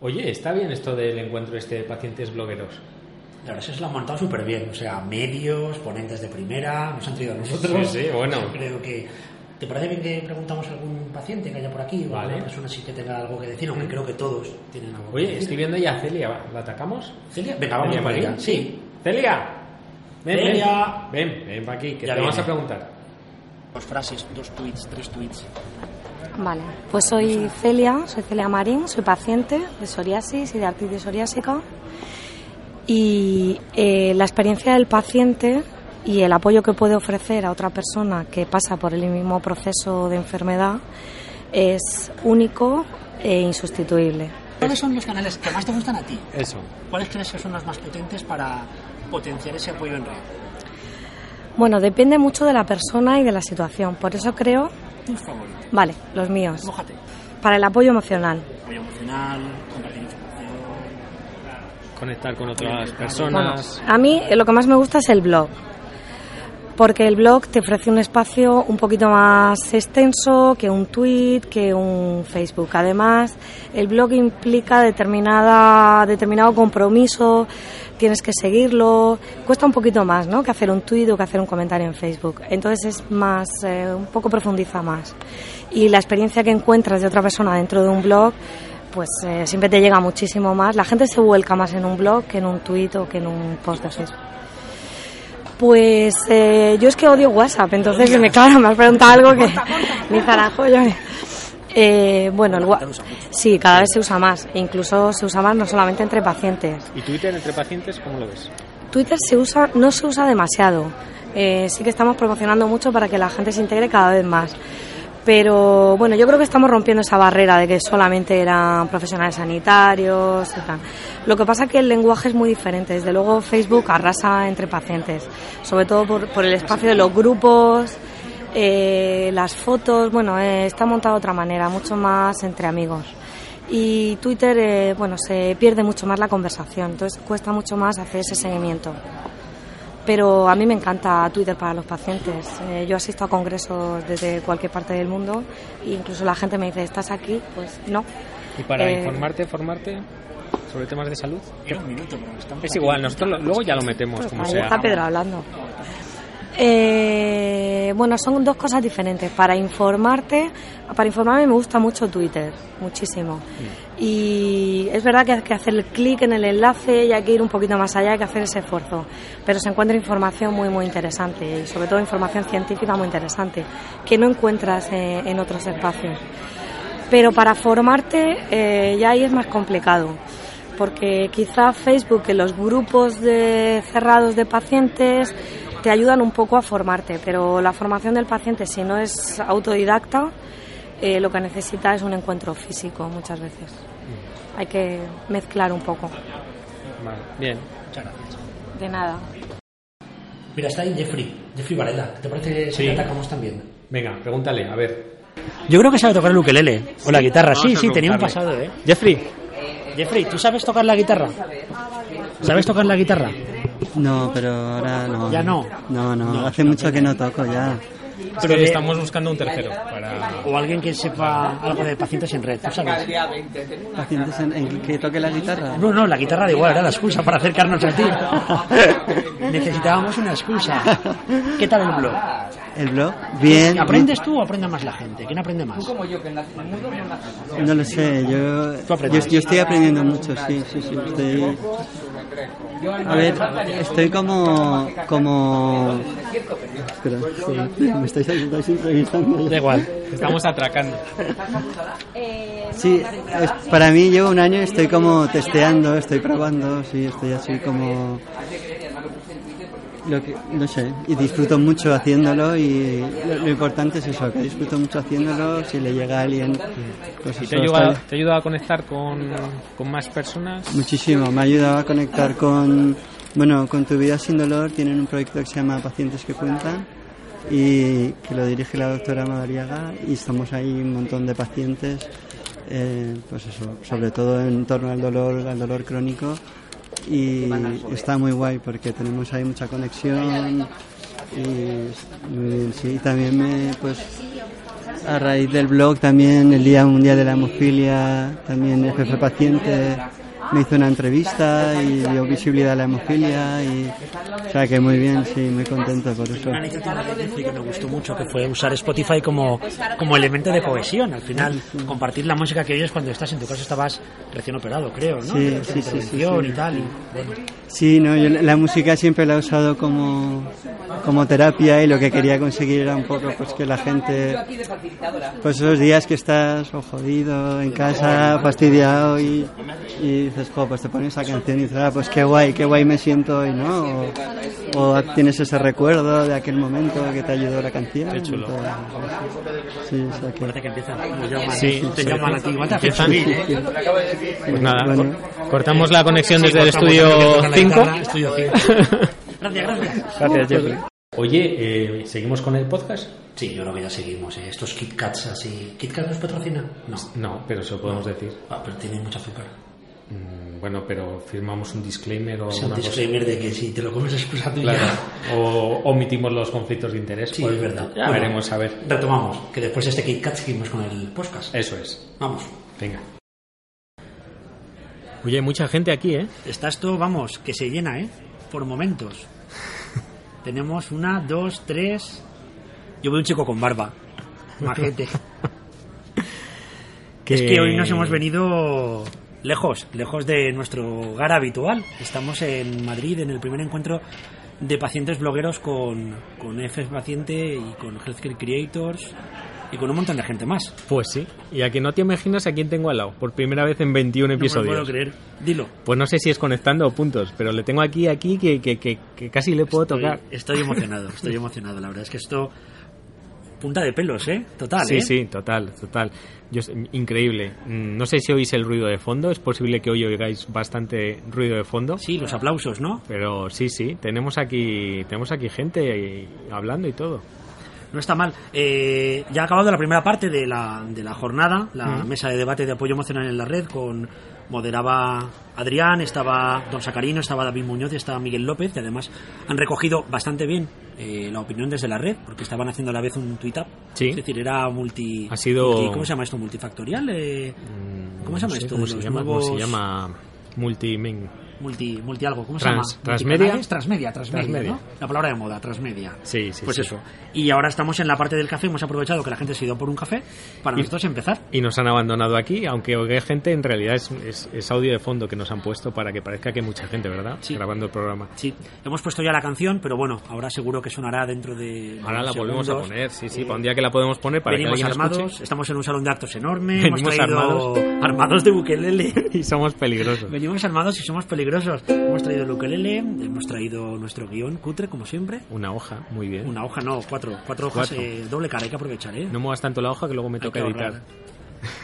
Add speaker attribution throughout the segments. Speaker 1: Oye, está bien esto del encuentro este de pacientes blogueros.
Speaker 2: La verdad es que se lo han montado súper bien. O sea, medios, ponentes de primera, nos han traído a nosotros.
Speaker 1: Sí, sí, bueno.
Speaker 2: Creo que. ¿Te parece bien que preguntamos a algún paciente que haya por aquí? O a
Speaker 1: Vale.
Speaker 2: alguna persona sí que tenga algo que decir, aunque creo que todos tienen algo que
Speaker 1: Oye,
Speaker 2: decir.
Speaker 1: estoy viendo ya a Celia. ¿va? ¿La atacamos?
Speaker 2: Celia, venga, vamos
Speaker 1: Celia,
Speaker 2: por
Speaker 1: María.
Speaker 2: ella. Sí.
Speaker 1: ¡Celia! Ven,
Speaker 2: Celia.
Speaker 1: ven, ven, ven para aquí, que
Speaker 2: Ya
Speaker 1: te vamos a
Speaker 2: viene.
Speaker 1: preguntar.
Speaker 3: Dos frases, dos tweets, tres tweets.
Speaker 4: Vale, pues soy Celia, soy Celia Marín, soy paciente de psoriasis y de artritis psoriásica. Y eh, la experiencia del paciente y el apoyo que puede ofrecer a otra persona que pasa por el mismo proceso de enfermedad es único e insustituible.
Speaker 3: ¿Cuáles son los canales que más te gustan a ti?
Speaker 1: Eso.
Speaker 3: ¿Cuáles crees que son los más potentes para potenciar ese apoyo en red?
Speaker 4: Bueno, depende mucho de la persona y de la situación, por eso creo,
Speaker 3: Tus favoritos.
Speaker 4: vale, los míos.
Speaker 3: Mójate.
Speaker 4: Para el apoyo emocional,
Speaker 3: Apoyo emocional, compartir información.
Speaker 1: Conectar con otras
Speaker 4: Vamos,
Speaker 1: personas.
Speaker 4: a mí eh, lo que más me gusta es el blog, porque el blog te ofrece un espacio un poquito más extenso que un tweet, que un Facebook. Además, el blog implica determinada, determinado compromiso, tienes que seguirlo, cuesta un poquito más ¿no? que hacer un tweet o que hacer un comentario en Facebook. Entonces es más, eh, un poco profundiza más. Y la experiencia que encuentras de otra persona dentro de un blog pues eh, siempre te llega muchísimo más. La gente se vuelca más en un blog que en un tuit o que en un post de Facebook. Pues eh, yo es que odio WhatsApp, entonces me, claro, me has preguntado algo que ni zarajo yo. Eh, bueno, el wa- sí, cada vez se usa más, e incluso se usa más no solamente entre pacientes.
Speaker 1: ¿Y Twitter entre pacientes cómo lo ves?
Speaker 4: Twitter se usa, no se usa demasiado. Eh, sí que estamos promocionando mucho para que la gente se integre cada vez más. Pero bueno, yo creo que estamos rompiendo esa barrera de que solamente eran profesionales sanitarios. y tal. Lo que pasa es que el lenguaje es muy diferente. Desde luego Facebook arrasa entre pacientes, sobre todo por, por el espacio de los grupos, eh, las fotos. Bueno, eh, está montado de otra manera, mucho más entre amigos y Twitter, eh, bueno, se pierde mucho más la conversación, entonces cuesta mucho más hacer ese seguimiento. Pero a mí me encanta Twitter para los pacientes. Eh, yo asisto a congresos desde cualquier parte del mundo e incluso la gente me dice, ¿estás aquí? Pues no.
Speaker 1: ¿Y para
Speaker 4: Eh,
Speaker 1: informarte, formarte sobre temas de salud? Pues
Speaker 3: Era un minuto, pero estamos
Speaker 1: Es
Speaker 3: aquí.
Speaker 1: igual, nosotros lo- luego ya lo metemos como
Speaker 4: Ahí
Speaker 1: sea.
Speaker 4: está Pedro hablando. Eh, bueno, son dos cosas diferentes. Para informarte, para informarme me gusta mucho Twitter, muchísimo.
Speaker 1: Mm.
Speaker 4: Y es verdad que hay que hacer el clic en el enlace y hay que ir un poquito más allá, hay que hacer ese esfuerzo. Pero se encuentra información muy, muy interesante y sobre todo información científica muy interesante que no encuentras eh, en otros espacios. Pero para formarte eh, ya ahí es más complicado, porque quizá Facebook en los grupos de cerrados de pacientes te ayudan un poco a formarte, pero la formación del paciente si no es autodidacta, eh, lo que necesita es un encuentro físico muchas veces. Hay que mezclar un poco.
Speaker 1: Vale, bien.
Speaker 3: Muchas gracias.
Speaker 4: De nada.
Speaker 2: Mira, está ahí Jeffrey, Jeffrey Varela. ¿Te parece que si
Speaker 1: Sí.
Speaker 2: le atacamos también?
Speaker 1: Venga, pregúntale, a ver.
Speaker 3: Yo creo que sabe tocar el ukelele o la guitarra.
Speaker 1: Vamos
Speaker 3: Sí,
Speaker 1: a
Speaker 3: sí, tenía un
Speaker 1: preguntarle.
Speaker 3: pasado, ¿eh?
Speaker 1: Jeffrey,
Speaker 3: Jeffrey, ¿tú sabes tocar la guitarra? ¿Sabes tocar la guitarra?
Speaker 5: No, pero ahora no.
Speaker 3: Ya no.
Speaker 5: No, no, hace mucho que no toco ya.
Speaker 1: pero estamos buscando un tercero para...
Speaker 3: O alguien que sepa algo de pacientes en red, ¿tú sabes?
Speaker 5: Pacientes en, en que toque la guitarra.
Speaker 3: No, no, la guitarra de igual, era la excusa para acercarnos a ti. Necesitábamos una excusa. ¿Qué tal el blog?
Speaker 5: El blog, bien.
Speaker 3: ¿Aprendes tú o aprende más la gente? ¿Quién aprende más?
Speaker 5: No lo sé, yo,
Speaker 3: Tú aprendes.
Speaker 5: yo, yo estoy aprendiendo mucho, sí, sí, sí. Estoy... A ver, estoy como... como... Espera, sí, me estáis, estáis improvisando.
Speaker 1: Da igual, estamos atracando.
Speaker 5: Sí, es- para mí llevo un año y estoy como testeando, estoy probando, sí, estoy así como... Lo que, no sé, y disfruto mucho haciéndolo y lo, lo importante es eso, que disfruto mucho haciéndolo, si le llega a alguien, pues
Speaker 1: ¿Y
Speaker 5: eso
Speaker 1: te ha ayudado,
Speaker 5: está-
Speaker 1: te ha ayudado a conectar con, con más personas?
Speaker 5: Muchísimo, me ha ayudado a conectar con, bueno, con Tu Vida Sin Dolor, tienen un proyecto que se llama Pacientes que Cuentan y que lo dirige la doctora Madariaga y estamos ahí un montón de pacientes, eh, pues eso, sobre todo en torno al dolor, al dolor crónico y está muy guay porque tenemos ahí mucha conexión y es muy bien, sí, y también me, pues a raíz del blog también el Día Mundial de la Hemofilia, también el jefe paciente me hizo una entrevista y dio visibilidad a la hemofilia y o sea que muy bien, sí, muy contento por eso.
Speaker 2: Una anécdota de Leticia que me gustó mucho que fue usar Spotify como, como elemento de cohesión. Al final, compartir la música que oyes cuando estás en tu casa estabas recién operado, creo, ¿no?
Speaker 5: Sí,
Speaker 2: Te- te
Speaker 5: sí, sí, sí,
Speaker 2: intervención
Speaker 5: sí.
Speaker 2: y tal. y, bueno,
Speaker 5: Sí, no, yo la la música siempre la he usado como, como terapia y lo que quería conseguir era un poco pues que la gente pues esos días que estás o jodido en casa, fastidiado y, y dices, jo, pues te pones esa canción y dices, ah, pues qué guay, qué guay me siento hoy, ¿no? O, o tienes ese recuerdo de aquel momento que te ayudó la canción. Entonces, sí, o sea que-
Speaker 1: Pues
Speaker 2: parece que empiezan, nos llaman,
Speaker 1: Sí,
Speaker 2: te
Speaker 1: sí.
Speaker 2: llaman a ti, "What the fuck,
Speaker 1: Empiezan.
Speaker 2: Bill", ¿eh?
Speaker 1: Pues nada,
Speaker 5: Bueno.
Speaker 1: cor- cortamos la conexión desde el
Speaker 2: Sí, cortamos,
Speaker 1: estudio
Speaker 2: toca la
Speaker 1: 5.
Speaker 2: guitarra, estudio cinco. Gracias, gracias.
Speaker 1: Gracias, Jeffrey. Oye, eh, ¿seguimos con el podcast?
Speaker 2: Sí, yo creo que ya seguimos. ¿eh? Estos Kit Kats así. ¿Kit Kat nos patrocina? No.
Speaker 1: No, pero se lo podemos decir.
Speaker 2: Ah, pero tiene mucha azúcar.
Speaker 1: Mm, Bueno, pero firmamos un disclaimer o
Speaker 2: Es un
Speaker 1: alguna cosa.
Speaker 2: disclaimer de que si te lo comes es cosa tuya.
Speaker 1: Claro. O omitimos los conflictos de interés.
Speaker 2: Sí,
Speaker 1: Pues
Speaker 2: es verdad.
Speaker 1: Ya
Speaker 2: Bueno.
Speaker 1: veremos, a ver. Eh.
Speaker 2: Retomamos, que después de este Kit Kat seguimos con el podcast.
Speaker 1: Eso es.
Speaker 2: Vamos.
Speaker 1: Venga. Oye, hay mucha gente aquí, ¿eh?
Speaker 2: Está esto, vamos, que se llena, ¿eh? Por momentos. Tenemos una, dos, tres. Yo veo un chico con barba. Majete. Es que hoy nos hemos venido lejos, lejos de nuestro hogar habitual. Estamos en Madrid en el primer encuentro de pacientes blogueros con, con F Paciente y con Healthcare Creators y con un montón de gente más.
Speaker 1: Pues sí. Y a que no te imaginas a quién tengo al lado. Por primera vez en 21
Speaker 2: No me lo
Speaker 1: episodios.
Speaker 2: puedo creer. Dilo.
Speaker 1: Pues no sé si es conectando o puntos, pero le tengo aquí, aquí, que, que, que, que casi le puedo
Speaker 2: Estoy-
Speaker 1: tocar.
Speaker 2: Estoy emocionado, estoy emocionado. La verdad es que esto. Punta de pelos, ¿eh? Total,
Speaker 1: Sí,
Speaker 2: ¿eh?
Speaker 1: sí, total, total. Yo, sé- increíble. Mm, No sé si oís el ruido de fondo, es posible que hoy oigáis bastante ruido de fondo.
Speaker 2: Sí, los aplausos, ¿no?
Speaker 1: Pero sí, sí, tenemos aquí, tenemos aquí gente y- hablando y todo.
Speaker 2: No está mal. Eh, ya ha acabado la primera parte de la, de la jornada, la mesa de debate de apoyo emocional en la red, con moderaba Adrián, estaba Don Sacarino, estaba David Muñoz y estaba Miguel López, que además han recogido bastante bien eh, la opinión desde la red, porque estaban haciendo a la vez un tweet up.
Speaker 1: Sí.
Speaker 2: Es decir, era multi.
Speaker 1: Ha sido-
Speaker 2: multi- ¿Cómo se llama esto? ¿Multifactorial? Eh, ¿Cómo se
Speaker 1: No
Speaker 2: llama
Speaker 1: sé
Speaker 2: esto?
Speaker 1: ¿Cómo
Speaker 2: de
Speaker 1: se
Speaker 2: los
Speaker 1: llama? ¿Cómo se
Speaker 2: nuevos-
Speaker 1: llama? Multimen.
Speaker 2: multi, multi algo, ¿cómo
Speaker 1: Trans-
Speaker 2: se llama?
Speaker 1: transmedia.
Speaker 2: Multicanales, Transmedia, transmedia,
Speaker 1: Transmedia.
Speaker 2: ¿no? La palabra de moda, transmedia.
Speaker 1: Sí, sí,
Speaker 2: Pues
Speaker 1: sí.
Speaker 2: eso. Y ahora estamos en la parte del café, hemos aprovechado que la gente se ha ido por un café para
Speaker 1: Y-
Speaker 2: nosotros empezar.
Speaker 1: Y nos han abandonado aquí, aunque oiga gente, en realidad es, es- es audio de fondo que nos han puesto para que parezca que hay mucha gente, ¿verdad?
Speaker 2: Sí.
Speaker 1: Grabando el programa.
Speaker 2: Sí, hemos puesto ya la canción, pero bueno, ahora seguro que sonará dentro de
Speaker 1: Ahora la
Speaker 2: unos
Speaker 1: volvemos a
Speaker 2: segundos.
Speaker 1: poner, sí, sí,
Speaker 2: Eh,
Speaker 1: para un día que la podemos poner para que
Speaker 2: venimos
Speaker 1: alguien la
Speaker 2: armados,
Speaker 1: escuche.
Speaker 2: estamos en un salón de actos enorme, hemos
Speaker 1: Venimos
Speaker 2: traído
Speaker 1: armados.
Speaker 2: armados de bukelele.
Speaker 1: Y somos peligrosos.
Speaker 2: Venimos armados y somos peligrosos. Hemos traído el ukelele, hemos traído nuestro guión cutre, como siempre.
Speaker 1: Una hoja, muy bien.
Speaker 2: Una hoja, no, cuatro. Cuatro hojas,
Speaker 1: Cuatro.
Speaker 2: eh, doble cara, hay que aprovechar, ¿eh?
Speaker 1: No muevas tanto la hoja que luego me
Speaker 2: Hay que
Speaker 1: toca editar.
Speaker 2: ahorrar.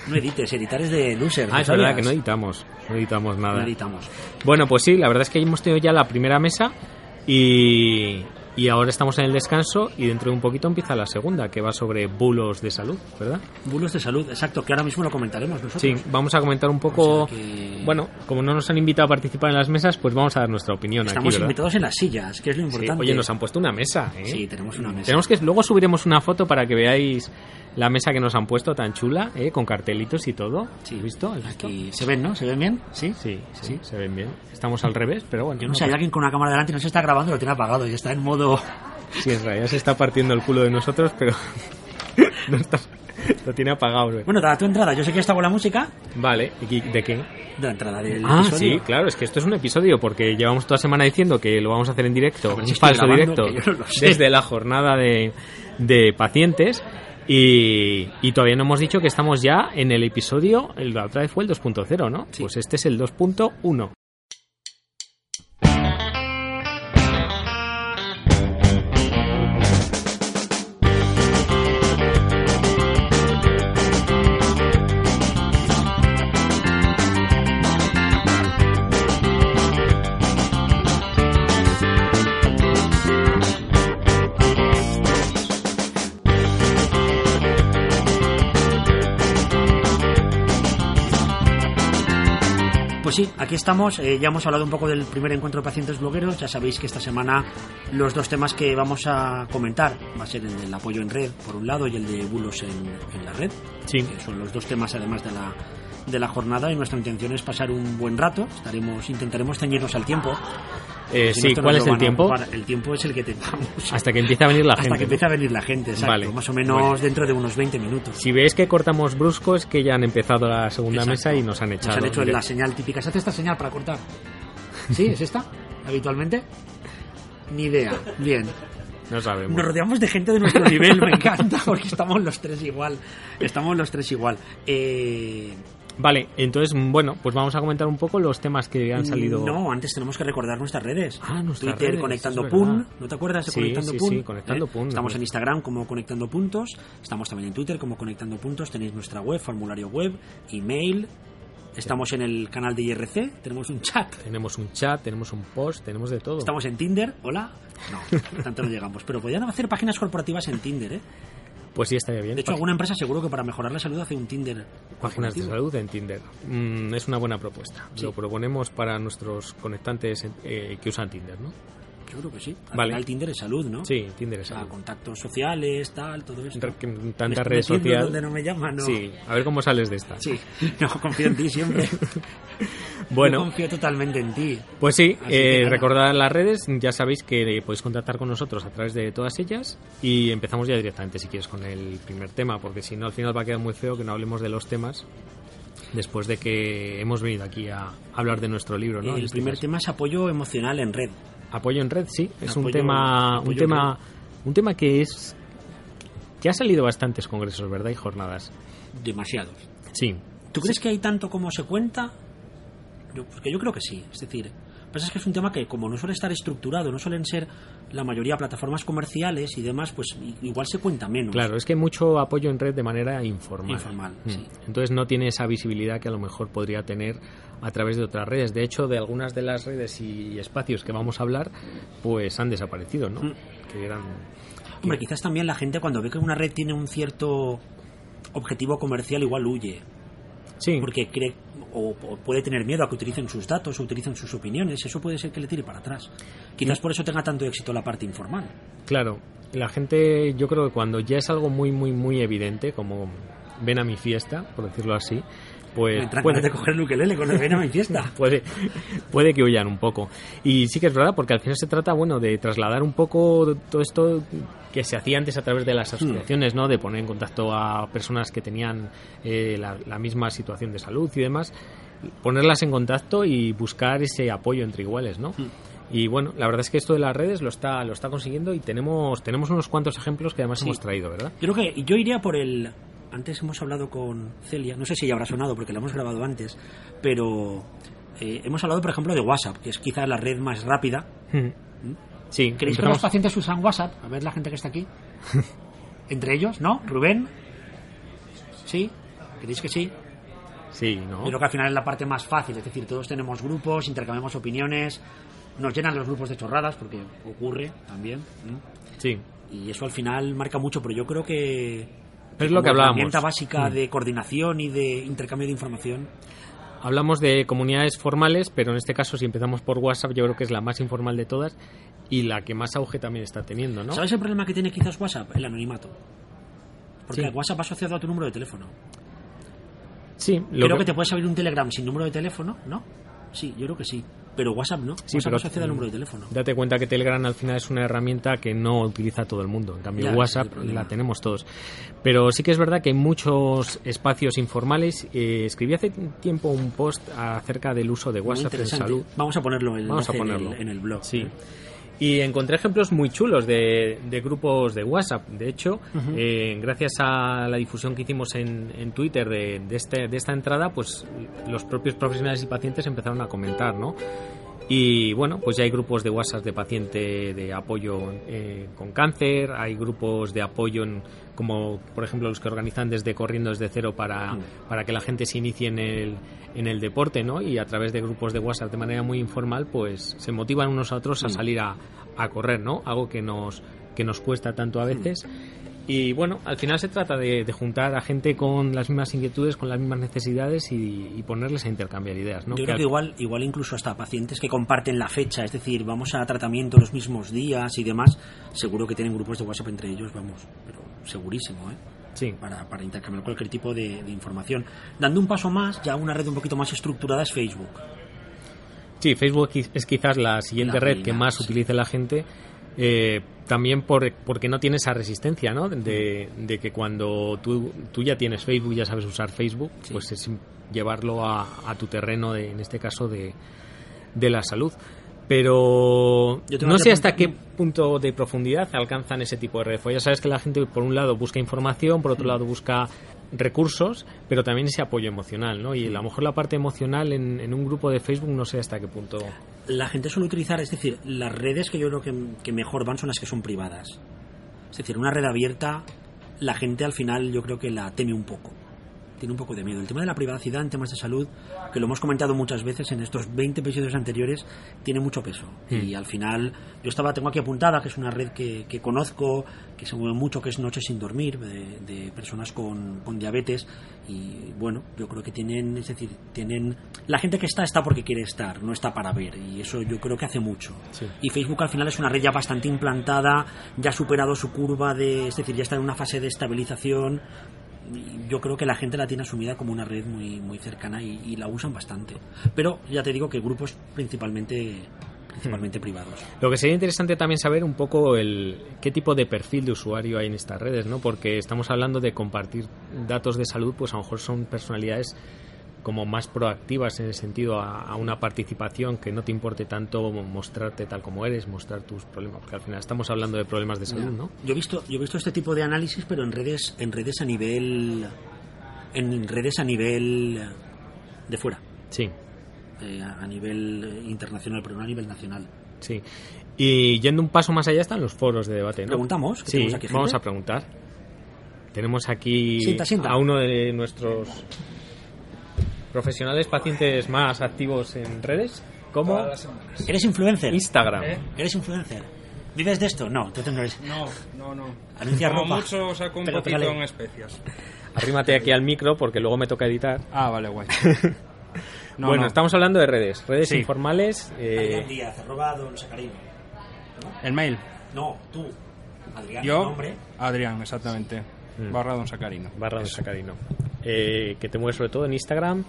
Speaker 2: No edites, editar es de loser.
Speaker 1: Ah,
Speaker 2: ¿no
Speaker 1: es verdad
Speaker 2: sabías?
Speaker 1: que no editamos, no editamos
Speaker 2: No
Speaker 1: nada.
Speaker 2: editamos.
Speaker 1: Bueno, pues sí, la verdad es que hemos tenido ya la primera mesa y, y ahora estamos en el descanso y dentro de un poquito empieza la segunda, que va sobre bulos de salud, ¿verdad?
Speaker 2: Bulos de salud, exacto, que ahora mismo lo comentaremos nosotros.
Speaker 1: Sí, vamos a comentar un poco...
Speaker 2: O sea que-
Speaker 1: Bueno, como no nos han invitado a participar en las mesas, pues vamos a dar nuestra opinión aquí,
Speaker 2: Estamos
Speaker 1: ¿verdad?
Speaker 2: invitados en las sillas, que es lo
Speaker 1: Sí,
Speaker 2: importante.
Speaker 1: Oye, nos han puesto una mesa, ¿eh?
Speaker 2: Sí, tenemos una mesa.
Speaker 1: Tenemos que luego subiremos una foto para que veáis la mesa que nos han puesto tan chula, ¿eh? con cartelitos y todo.
Speaker 2: Sí.
Speaker 1: ¿Has visto? ¿Has visto?
Speaker 2: Aquí se ven, ¿no? ¿Se ven bien? Sí.
Speaker 1: Sí, sí,
Speaker 2: Sí.
Speaker 1: se ven bien. Estamos al revés, pero bueno.
Speaker 2: Yo no sé, hay alguien con una cámara delante y no se está grabando, lo tiene apagado y está en modo.
Speaker 1: Sí, en realidad se está partiendo el culo de nosotros, pero no está- lo tiene apagado. güey.
Speaker 2: Bueno, da tu entrada. Yo sé que está con la música.
Speaker 1: Vale, ¿y qui- de qué?
Speaker 2: De la entrada del
Speaker 1: Ah,
Speaker 2: episodio.
Speaker 1: sí, claro, es que esto es un episodio porque llevamos toda semana diciendo que lo vamos a hacer en directo,
Speaker 2: A ver si
Speaker 1: un
Speaker 2: estoy
Speaker 1: falso directo,
Speaker 2: grabando, que yo no lo sé.
Speaker 1: desde la jornada de, de pacientes. Y, y todavía no hemos dicho que estamos ya en el episodio, el- la otra vez fue el 2.0, ¿no?
Speaker 2: Sí.
Speaker 1: Pues este es el 2.1.
Speaker 2: Pues sí, aquí estamos. eh, ya hemos hablado un poco del primer encuentro de pacientes blogueros. Ya sabéis que esta semana los dos temas que vamos a comentar va a ser el del apoyo en red, por un lado, y el de bulos en, en la red.
Speaker 1: Sí.
Speaker 2: que son los dos temas además de la de la jornada y nuestra intención es pasar un buen rato. Estaremos intentaremos ceñirnos al tiempo.
Speaker 1: Eh,
Speaker 2: Si no,
Speaker 1: sí,
Speaker 2: esto
Speaker 1: ¿cuál
Speaker 2: nos
Speaker 1: es
Speaker 2: lo
Speaker 1: el
Speaker 2: van a
Speaker 1: tiempo?
Speaker 2: ocupar. El tiempo es el que tengamos.
Speaker 1: Hasta que empiece a venir la
Speaker 2: Hasta
Speaker 1: gente.
Speaker 2: que empiece a venir la gente, exacto.
Speaker 1: Vale.
Speaker 2: Más o menos
Speaker 1: Bueno.
Speaker 2: dentro de unos 20 minutos.
Speaker 1: Si veis que cortamos brusco es que ya han empezado la segunda
Speaker 2: Exacto.
Speaker 1: mesa y nos han echado.
Speaker 2: Nos han hecho
Speaker 1: Mire,
Speaker 2: la señal típica. ¿Se hace esta señal para cortar? ¿Sí? ¿Es esta? ¿Habitualmente? Ni idea. Bien.
Speaker 1: No sabemos.
Speaker 2: Nos rodeamos de gente de nuestro nivel, me encanta, porque estamos los tres igual. Estamos los tres igual. Eh,
Speaker 1: Vale, entonces, mm, bueno, pues vamos a comentar un poco los temas que han salido.
Speaker 2: No, antes tenemos que recordar nuestras redes.
Speaker 1: Ah, nuestras
Speaker 2: Twitter
Speaker 1: redes,
Speaker 2: conectando
Speaker 1: eso es verdad.
Speaker 2: pun, ¿no te acuerdas de
Speaker 1: Sí,
Speaker 2: conectando
Speaker 1: sí,
Speaker 2: pun? Eh,
Speaker 1: sí, Conectando Pun, me
Speaker 2: Estamos en
Speaker 1: acuerdo.
Speaker 2: Instagram como conectando puntos, estamos también en Twitter como conectando puntos, tenéis nuestra web, formulario web, email, estamos en el canal de IRC, tenemos un chat.
Speaker 1: Tenemos un chat, tenemos un post, tenemos de todo.
Speaker 2: Estamos en Tinder, hola. No, tanto no llegamos, pero podrían hacer páginas corporativas en Tinder, ¿eh?
Speaker 1: Pues sí, estaría bien.
Speaker 2: De hecho,
Speaker 1: Pá-
Speaker 2: alguna empresa seguro que para mejorar la salud hace un Tinder.
Speaker 1: Páginas de
Speaker 2: corporativo.
Speaker 1: salud en Tinder. Mm, es una buena propuesta.
Speaker 2: Sí.
Speaker 1: Lo proponemos para nuestros conectantes eh, que usan Tinder, ¿no?
Speaker 2: Yo creo que sí. Al
Speaker 1: Vale.
Speaker 2: final Tinder es salud, ¿no?
Speaker 1: Sí, Tinder
Speaker 2: O
Speaker 1: es
Speaker 2: sea,
Speaker 1: algo.
Speaker 2: contactos sociales, tal, todo esto.
Speaker 1: Re- que
Speaker 2: Me
Speaker 1: Tanta
Speaker 2: estoy
Speaker 1: red
Speaker 2: metiendo
Speaker 1: social.
Speaker 2: donde no me llaman, ¿no?
Speaker 1: Sí, a ver cómo sales de esta.
Speaker 2: Sí, no, confío en ti siempre.
Speaker 1: Bueno.
Speaker 2: Yo confío totalmente en ti.
Speaker 1: Pues sí,
Speaker 2: Así que
Speaker 1: eh,
Speaker 2: nada.
Speaker 1: recordad las redes, ya sabéis que eh, podéis contactar con nosotros a través de todas ellas y empezamos ya directamente si quieres con el primer tema, porque si no al final va a quedar muy feo que no hablemos de los temas después de que hemos venido aquí a hablar de nuestro libro, ¿no? En
Speaker 2: el
Speaker 1: este
Speaker 2: primer
Speaker 1: caso.
Speaker 2: tema es apoyo emocional en red.
Speaker 1: Apoyo en red, sí, es un
Speaker 2: Apoyo-
Speaker 1: tema, un
Speaker 2: apoyo en
Speaker 1: tema, un tema que es que ha salido a bastantes congresos, ¿verdad? Y jornadas.
Speaker 2: Demasiados.
Speaker 1: Sí,
Speaker 2: ¿Tú crees que hay tanto como se cuenta? Yo, porque yo creo que sí. Es decir, lo que pasa es que es un tema que como no suele estar estructurado, no suelen ser la mayoría plataformas comerciales y demás, pues i- igual se cuenta menos.
Speaker 1: claro, es que hay mucho apoyo en red de manera informal.
Speaker 2: Informal,
Speaker 1: Mm.
Speaker 2: sí.
Speaker 1: Entonces no tiene esa visibilidad que a lo mejor podría tener a través de otras redes. De hecho, de algunas de las redes y espacios que vamos a hablar, pues han desaparecido, ¿no?
Speaker 2: Mm.
Speaker 1: Que eran...
Speaker 2: Hombre, quizás también la gente cuando ve que una red tiene un cierto objetivo comercial igual huye.
Speaker 1: Sí,
Speaker 2: porque cree o, o puede tener miedo a que utilicen sus datos, o utilicen sus opiniones, eso puede ser que le tire para atrás. Quizás por eso tenga tanto éxito la parte informal.
Speaker 1: claro. La gente, yo creo que cuando ya es algo muy, muy, muy evidente, como ven a mi fiesta, por decirlo así,
Speaker 2: Me
Speaker 1: pues...
Speaker 2: entran
Speaker 1: puede-
Speaker 2: ganas de coger el ukelele cuando viene a mi fiesta.
Speaker 1: puede, puede que huyan un poco. Y sí que es verdad, porque al final se trata, bueno, de trasladar un poco todo esto que se hacía antes a través de las asociaciones, ¿no? De poner en contacto a personas que tenían eh, la, la misma situación de salud y demás, ponerlas en contacto y buscar ese apoyo entre iguales, ¿no? Y bueno, la verdad es que esto de las redes lo está, lo está consiguiendo y tenemos, tenemos unos cuantos ejemplos que además
Speaker 2: Sí.
Speaker 1: hemos traído, ¿verdad?
Speaker 2: Creo que yo iría por el... Antes hemos hablado con Celia, no sé si ya habrá sonado porque la hemos grabado antes, pero eh, hemos hablado, por ejemplo, de WhatsApp, que es quizás la red más rápida.
Speaker 1: Sí,
Speaker 2: ¿Creéis que
Speaker 1: empezamos-
Speaker 2: los pacientes usan WhatsApp? A ver la gente que está aquí. Entre ellos, ¿no? ¿Rubén? ¿Sí? ¿Creéis que sí?
Speaker 1: sí, ¿no?
Speaker 2: Yo creo que al final es la parte más fácil, es decir, todos tenemos grupos, intercambiamos opiniones, nos llenan los grupos de chorradas, porque ocurre también, ¿no?
Speaker 1: Sí.
Speaker 2: y eso al final marca mucho, pero yo creo que...
Speaker 1: Es lo
Speaker 2: como
Speaker 1: que hablábamos.
Speaker 2: herramienta básica
Speaker 1: Mm.
Speaker 2: de coordinación y de intercambio de información.
Speaker 1: Hablamos de comunidades formales, pero en este caso, si empezamos por WhatsApp, yo creo que es la más informal de todas y la que más auge también está teniendo, ¿no?
Speaker 2: ¿Sabes el problema que tiene quizás WhatsApp? El anonimato. Porque
Speaker 1: Sí.
Speaker 2: el WhatsApp va asociado a tu número de teléfono.
Speaker 1: Sí, lo
Speaker 2: Creo que... te puedes abrir un Telegram sin número de teléfono, ¿no? Sí, yo creo que sí. Pero WhatsApp no.
Speaker 1: Sí,
Speaker 2: WhatsApp
Speaker 1: pero-
Speaker 2: asocia al número de teléfono.
Speaker 1: Date cuenta que Telegram al final es una herramienta que no utiliza todo el mundo. En cambio,
Speaker 2: Ya, ese es el
Speaker 1: WhatsApp
Speaker 2: problema.
Speaker 1: la tenemos todos. Pero sí que es verdad que hay muchos espacios informales. Eh, escribí hace tiempo un post acerca del uso de
Speaker 2: Muy
Speaker 1: WhatsApp en
Speaker 2: interesante.
Speaker 1: salud.
Speaker 2: Vamos a ponerlo, el
Speaker 1: Vamos a
Speaker 2: enlace en el-
Speaker 1: ponerlo.
Speaker 2: En, el, blog.
Speaker 1: Sí. eh, Y encontré ejemplos muy chulos de, de grupos de WhatsApp. De hecho, eh, gracias a la difusión que hicimos en, en Twitter de, de este- de esta entrada, pues los propios profesionales y pacientes empezaron a comentar, ¿no? Y bueno, pues ya hay grupos de WhatsApp de paciente de apoyo eh, con cáncer, hay grupos de apoyo en- como por ejemplo los que organizan desde Corriendo desde Cero para,
Speaker 2: Mm.
Speaker 1: para que la gente se inicie en el, en el deporte, ¿no? Y a través de grupos de WhatsApp de manera muy informal, pues se motivan unos a otros a
Speaker 2: Mm. Mm.
Speaker 1: salir a, a correr, ¿no? Algo que nos, que nos cuesta tanto a veces. Y bueno, al final se trata de, de juntar a gente con las mismas inquietudes, con las mismas necesidades y, y ponerles a intercambiar ideas. ¿no?
Speaker 2: Yo creo
Speaker 1: al-
Speaker 2: que igual, igual incluso hasta pacientes que comparten la fecha, es decir, vamos a tratamiento los mismos días y demás, seguro que tienen grupos de WhatsApp entre ellos, vamos, pero segurísimo, ¿eh?
Speaker 1: Sí,
Speaker 2: para, para intercambiar cualquier tipo de, de información. Dando un paso más, ya una red un poquito más estructurada es Facebook.
Speaker 1: Sí, Facebook qui- es quizás la siguiente
Speaker 2: La
Speaker 1: red
Speaker 2: reina,
Speaker 1: que más
Speaker 2: sí.
Speaker 1: utiliza la gente. eh, también por, porque no tiene esa resistencia, ¿no? De, de que cuando tú, tú ya tienes Facebook, ya sabes usar Facebook,
Speaker 2: Sí.
Speaker 1: pues es llevarlo a, a tu terreno, de- en este caso, de, de la salud. Pero
Speaker 2: Yo tengo
Speaker 1: no sé
Speaker 2: otra
Speaker 1: hasta
Speaker 2: pregunta.
Speaker 1: qué punto de profundidad alcanzan ese tipo de redes. Pues ya sabes que la gente, por un lado, busca información, por
Speaker 2: Mm.
Speaker 1: otro lado, busca recursos, pero también ese apoyo emocional, ¿no? Y a lo mejor la parte emocional en, en un grupo de Facebook no sé hasta qué punto.
Speaker 2: La gente suele utilizar, es decir, las redes que yo creo que, que mejor van son las que son privadas. Es decir, una red abierta, la gente al final yo creo que la teme un poco. Tiene un poco de miedo. El tema de la privacidad en temas de salud, que lo hemos comentado muchas veces en estos 20 episodios anteriores, tiene mucho peso. Y al final, yo estaba, tengo aquí apuntada, que es una red que, que conozco, que se mueve mucho, que es Noches sin Dormir, de, de personas con, con diabetes. Y bueno, yo creo que tienen, es decir, tienen. La gente que está, está porque quiere estar, no está para ver. Y eso yo creo que hace mucho.
Speaker 1: Sí.
Speaker 2: Y Facebook al final es una red ya bastante implantada, ya ha superado su curva de, es decir, ya está en una fase de estabilización. Y Yo creo que la gente la tiene asumida como una red muy, muy cercana y, y la usan bastante. Pero ya te digo que grupos principalmente, principalmente privados.
Speaker 1: Lo que sería interesante también saber un poco el qué tipo de perfil de usuario hay en estas redes, ¿no? Porque estamos hablando de compartir datos de salud, pues a lo mejor son personalidades como más proactivas en el sentido a, a una participación que no te importe tanto mostrarte tal como eres, mostrar tus problemas, porque al final estamos hablando de problemas de salud, ¿no?
Speaker 2: Yo he visto, yo he visto este tipo de análisis, pero en redes, en redes a nivel, en redes a nivel eh, de fuera,
Speaker 1: Sí.
Speaker 2: eh, a a nivel eh, internacional, pero no a nivel nacional.
Speaker 1: Sí. Y yendo un paso más allá están los foros de debate. ¿no?
Speaker 2: ¿Preguntamos? ¿Que
Speaker 1: Sí,
Speaker 2: tenemos aquí gente?
Speaker 1: vamos a preguntar. Tenemos aquí
Speaker 2: Sienta, sienta.
Speaker 1: a uno de nuestros profesionales, pacientes más activos en redes, como
Speaker 2: ¿Eres influencer?
Speaker 1: Instagram.
Speaker 6: ¿Eh?
Speaker 2: ¿Eres influencer? ¿Vives de esto? No, entonces no eres.
Speaker 6: No, no, no.
Speaker 2: Anuncia
Speaker 6: Como
Speaker 2: ropa.
Speaker 6: mucho saco un
Speaker 2: Pero
Speaker 6: poquito
Speaker 2: pégale.
Speaker 6: en especias.
Speaker 1: Arrímate aquí al micro porque luego me toca editar.
Speaker 6: Ah, vale, guay. No,
Speaker 1: bueno,
Speaker 6: no.
Speaker 1: estamos hablando de redes, redes
Speaker 6: Sí.
Speaker 1: informales.
Speaker 2: Adrián
Speaker 1: Eh,
Speaker 2: Díaz, arroba don Sacarino.
Speaker 6: El mail.
Speaker 2: No, tú. Adrián,
Speaker 6: Yo,
Speaker 2: tu nombre.
Speaker 6: Adrián, exactamente.
Speaker 1: Mm.
Speaker 6: Barra Don Sacarino.
Speaker 1: barra de Sacarino. Eh, que te mueves sobre todo en Instagram,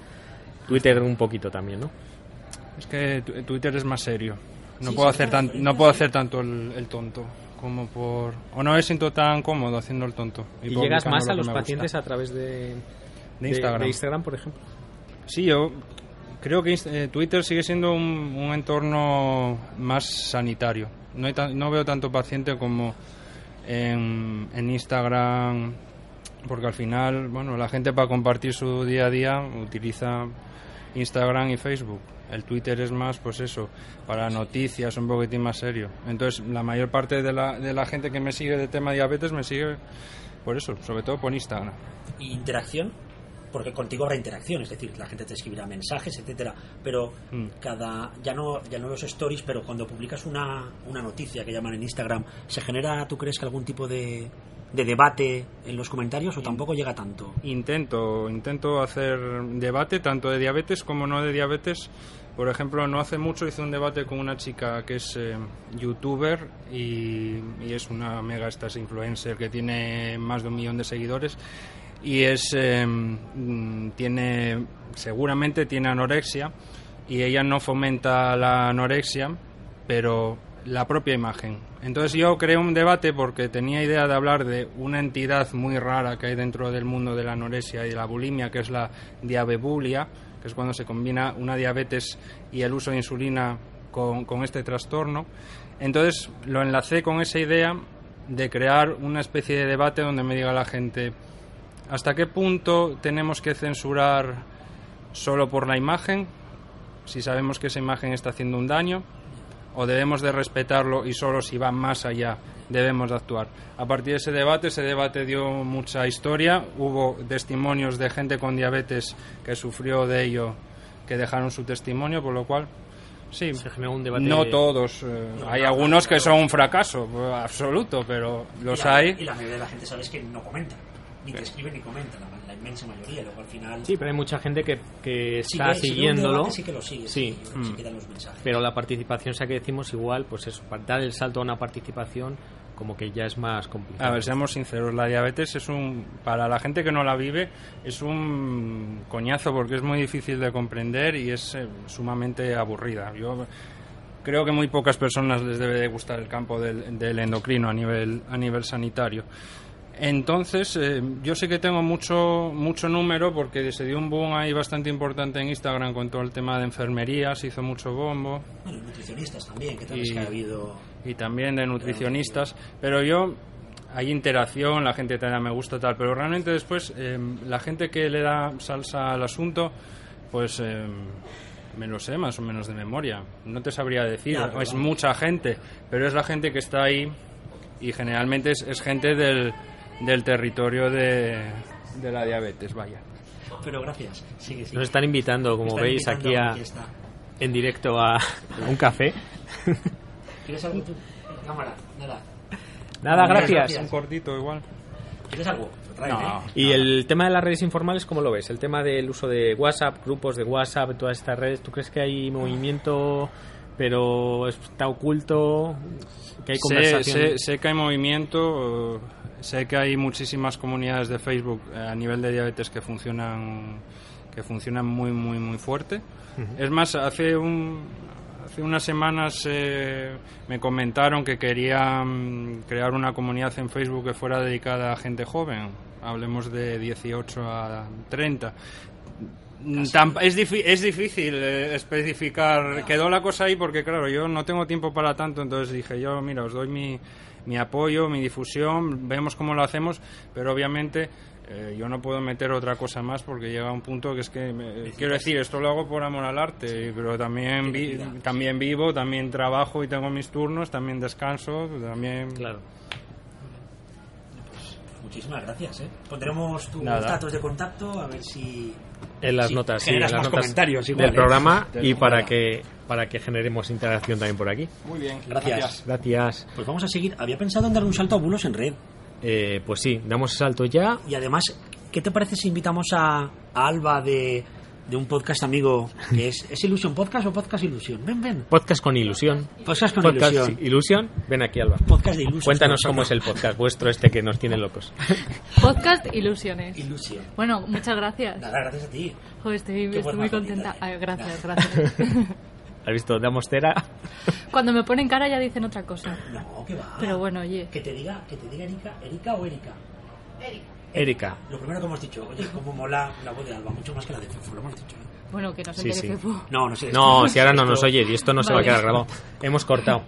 Speaker 1: Twitter un poquito también, ¿no?
Speaker 6: Es que tu- eh, Twitter es más serio. No puedo hacer tan, no puedo hacer tanto el, el tonto como por o no me siento tan cómodo haciendo el tonto.
Speaker 1: Y,
Speaker 6: publicando
Speaker 1: llegas más
Speaker 6: lo
Speaker 1: a
Speaker 6: que
Speaker 1: los
Speaker 6: me gusta.
Speaker 1: pacientes a través de,
Speaker 6: De Instagram.
Speaker 1: de Instagram, por ejemplo.
Speaker 6: Sí, yo creo que Inst- eh, Twitter sigue siendo un, un entorno más sanitario. No, hay tan- no veo tanto paciente como en, en Instagram, porque al final, bueno, la gente para compartir su día a día utiliza Instagram y Facebook. El Twitter es más, pues eso, para noticias, un poquitín más serio. Entonces, la mayor parte de la, de la gente que me sigue de tema diabetes me sigue por eso, sobre todo por Instagram.
Speaker 2: Y interacción. Porque contigo habrá interacción, es decir, la gente te escribirá mensajes, etcétera. Pero
Speaker 6: Mm.
Speaker 2: cada. Ya no, ya no los stories, pero cuando publicas una, una noticia que llaman en Instagram, ¿se genera, tú crees que algún tipo de, de debate en los
Speaker 6: Mm.
Speaker 2: comentarios o tampoco llega tanto?
Speaker 6: Intento, intento hacer debate tanto de diabetes como no de diabetes. Por ejemplo, no hace mucho hice un debate con una chica que es eh, youtuber y, y es una mega estas influencer que tiene más de un millón de seguidores y es eh, mm, tiene seguramente tiene anorexia y ella no fomenta la anorexia, pero la propia imagen. Entonces yo creé un debate porque tenía idea de hablar de una entidad muy rara que hay dentro del mundo de la anorexia y de la bulimia, que es la diabebulia, que es cuando se combina una diabetes y el uso de insulina con, con este trastorno. Entonces lo enlacé con esa idea de crear una especie de debate donde me diga la gente hasta qué punto tenemos que censurar solo por la imagen, si sabemos que esa imagen está haciendo un daño, o debemos de respetarlo y solo si va más allá debemos de actuar. A partir de ese debate, ese debate dio mucha historia, hubo testimonios de gente con diabetes que sufrió de ello, que dejaron su testimonio, por lo cual Sí.
Speaker 1: Se genera un debate.
Speaker 6: No todos. eh, hay algunos que son un fracaso eh, absoluto, pero los hay. Eh.
Speaker 2: Y la mayoría de la gente sabes que no comenta. Ni te escribe ni comenta, la, la inmensa mayoría. Luego al final.
Speaker 1: Sí, pero hay mucha gente que, que
Speaker 2: sí
Speaker 1: está
Speaker 2: que- sí que un
Speaker 1: siguiéndolo.
Speaker 2: debate Sí que lo sigue.
Speaker 1: Sí. mm,
Speaker 2: yo creo que se quedan los mensajes.
Speaker 1: pero la participación, sea que decimos igual, pues eso, para dar el salto a una participación, como que ya es más complicado.
Speaker 6: A ver, seamos sinceros, la diabetes es un, para la gente que no la vive, es un coñazo porque es muy difícil de comprender y es eh, sumamente aburrida. Yo creo que muy pocas personas les debe de gustar el campo del, del endocrino a nivel, a nivel sanitario. Entonces, eh, yo sé que tengo mucho, mucho número porque se dio un boom ahí bastante importante en Instagram con todo el tema de enfermería, se hizo mucho bombo
Speaker 2: Bueno, los nutricionistas también, que tal vez
Speaker 6: Y-
Speaker 2: que ha habido.
Speaker 6: y también de nutricionistas, pero yo hay interacción, la gente te da me gusta tal, pero realmente después eh, la gente que le da salsa al asunto, pues eh, me lo sé más o menos de memoria. No te sabría decir,
Speaker 2: Ya, pero
Speaker 6: es
Speaker 2: vamos.
Speaker 6: mucha gente, pero es la gente que está ahí y generalmente es, es gente del, del territorio de, de la diabetes, vaya.
Speaker 2: Pero gracias. Sigue, sigue.
Speaker 1: Nos están invitando, como
Speaker 2: Están
Speaker 1: veis,
Speaker 2: invitando
Speaker 1: aquí
Speaker 2: a
Speaker 1: a,
Speaker 2: una fiesta.
Speaker 1: en directo a, a un café.
Speaker 2: ¿Quieres algo tú? Cámara, nada.
Speaker 1: Nada,
Speaker 2: Muchas
Speaker 1: gracias.
Speaker 6: Un cortito igual.
Speaker 2: ¿Quieres algo? Lo traen,
Speaker 6: No.
Speaker 2: ¿eh?
Speaker 1: Y el tema de las redes informales, ¿cómo lo ves? El tema del uso de WhatsApp, grupos de WhatsApp, todas estas redes, ¿tú crees que hay movimiento, pero está oculto? ¿Que hay
Speaker 6: sé,
Speaker 1: conversación?
Speaker 6: sé- sé que hay movimiento, eh, sé que hay muchísimas comunidades de Facebook eh, a nivel de diabetes que funcionan que funcionan muy muy muy fuerte. Es más, hace un hace unas semanas eh, me comentaron que querían crear una comunidad en Facebook que fuera dedicada a gente joven. Hablemos de 18 a 30. Mm, Tamp- es, difi- es difícil eh, especificar. Quedó la cosa ahí porque, claro, yo no tengo tiempo para tanto, entonces dije yo, mira, os doy mi, mi apoyo, mi difusión, vemos cómo lo hacemos, pero obviamente eh, yo no puedo meter otra cosa más porque llega un punto que es que, me- eh, quiero decir, esto lo hago por amor al arte, y- pero también, vi- también vivo, también trabajo y tengo mis turnos, también descanso, también...
Speaker 1: Claro.
Speaker 2: Muchísimas gracias, ¿eh? Pondremos tus
Speaker 6: Nada.
Speaker 2: datos de contacto a ver si.
Speaker 1: En las
Speaker 2: Sí,
Speaker 1: notas, sí, en
Speaker 2: generas
Speaker 1: las
Speaker 2: más
Speaker 1: notas
Speaker 2: comentarios igual,
Speaker 1: del
Speaker 2: ¿eh?
Speaker 1: programa
Speaker 6: Del
Speaker 1: y para
Speaker 6: programa.
Speaker 1: que para que generemos interacción también por aquí.
Speaker 6: Muy bien,
Speaker 2: Gracias.
Speaker 1: Gracias.
Speaker 2: Pues vamos a seguir. Había pensado en dar un salto a bulos en red.
Speaker 1: Eh, pues sí, damos el salto ya.
Speaker 2: Y además, ¿qué te parece si invitamos a, a Alba de, de un podcast amigo que es, ¿es Ilusión Podcast o Podcast Ilusión? Ven, ven.
Speaker 1: Podcast con ilusión.
Speaker 2: Podcast con
Speaker 1: podcast
Speaker 2: Ilusión.
Speaker 1: ilusión. Ven aquí, Alba.
Speaker 2: Podcast de Ilusión.
Speaker 1: Cuéntanos cómo es el podcast vuestro este que nos tiene locos.
Speaker 7: Podcast Ilusiones.
Speaker 2: Ilusión.
Speaker 7: Bueno, muchas gracias.
Speaker 2: Nada, gracias a ti.
Speaker 7: Joder, estoy,
Speaker 2: Qué
Speaker 7: estoy
Speaker 2: buen
Speaker 7: muy
Speaker 2: ratito,
Speaker 7: contenta.
Speaker 2: eh.
Speaker 7: Ay, gracias, gracias.
Speaker 1: ¿Has visto? Damos cera.
Speaker 7: Cuando me ponen cara ya dicen otra cosa.
Speaker 2: No, que va.
Speaker 7: Pero bueno, oye.
Speaker 2: Que te diga, que te diga Erika, Erika o Erika.
Speaker 1: Erika.
Speaker 2: Lo primero que hemos dicho, oye, cómo mola la voz de Alba, mucho más que la de Fefo, lo hemos dicho. ¿eh?
Speaker 7: Bueno, que no se
Speaker 1: Sí,
Speaker 7: entere
Speaker 1: sí.
Speaker 7: Fefu.
Speaker 2: No, no sé.
Speaker 1: No,
Speaker 2: esto-
Speaker 1: si ahora no
Speaker 2: esto-
Speaker 1: nos oye y esto no se va a
Speaker 7: Vale.
Speaker 1: quedar grabado. Hemos cortado.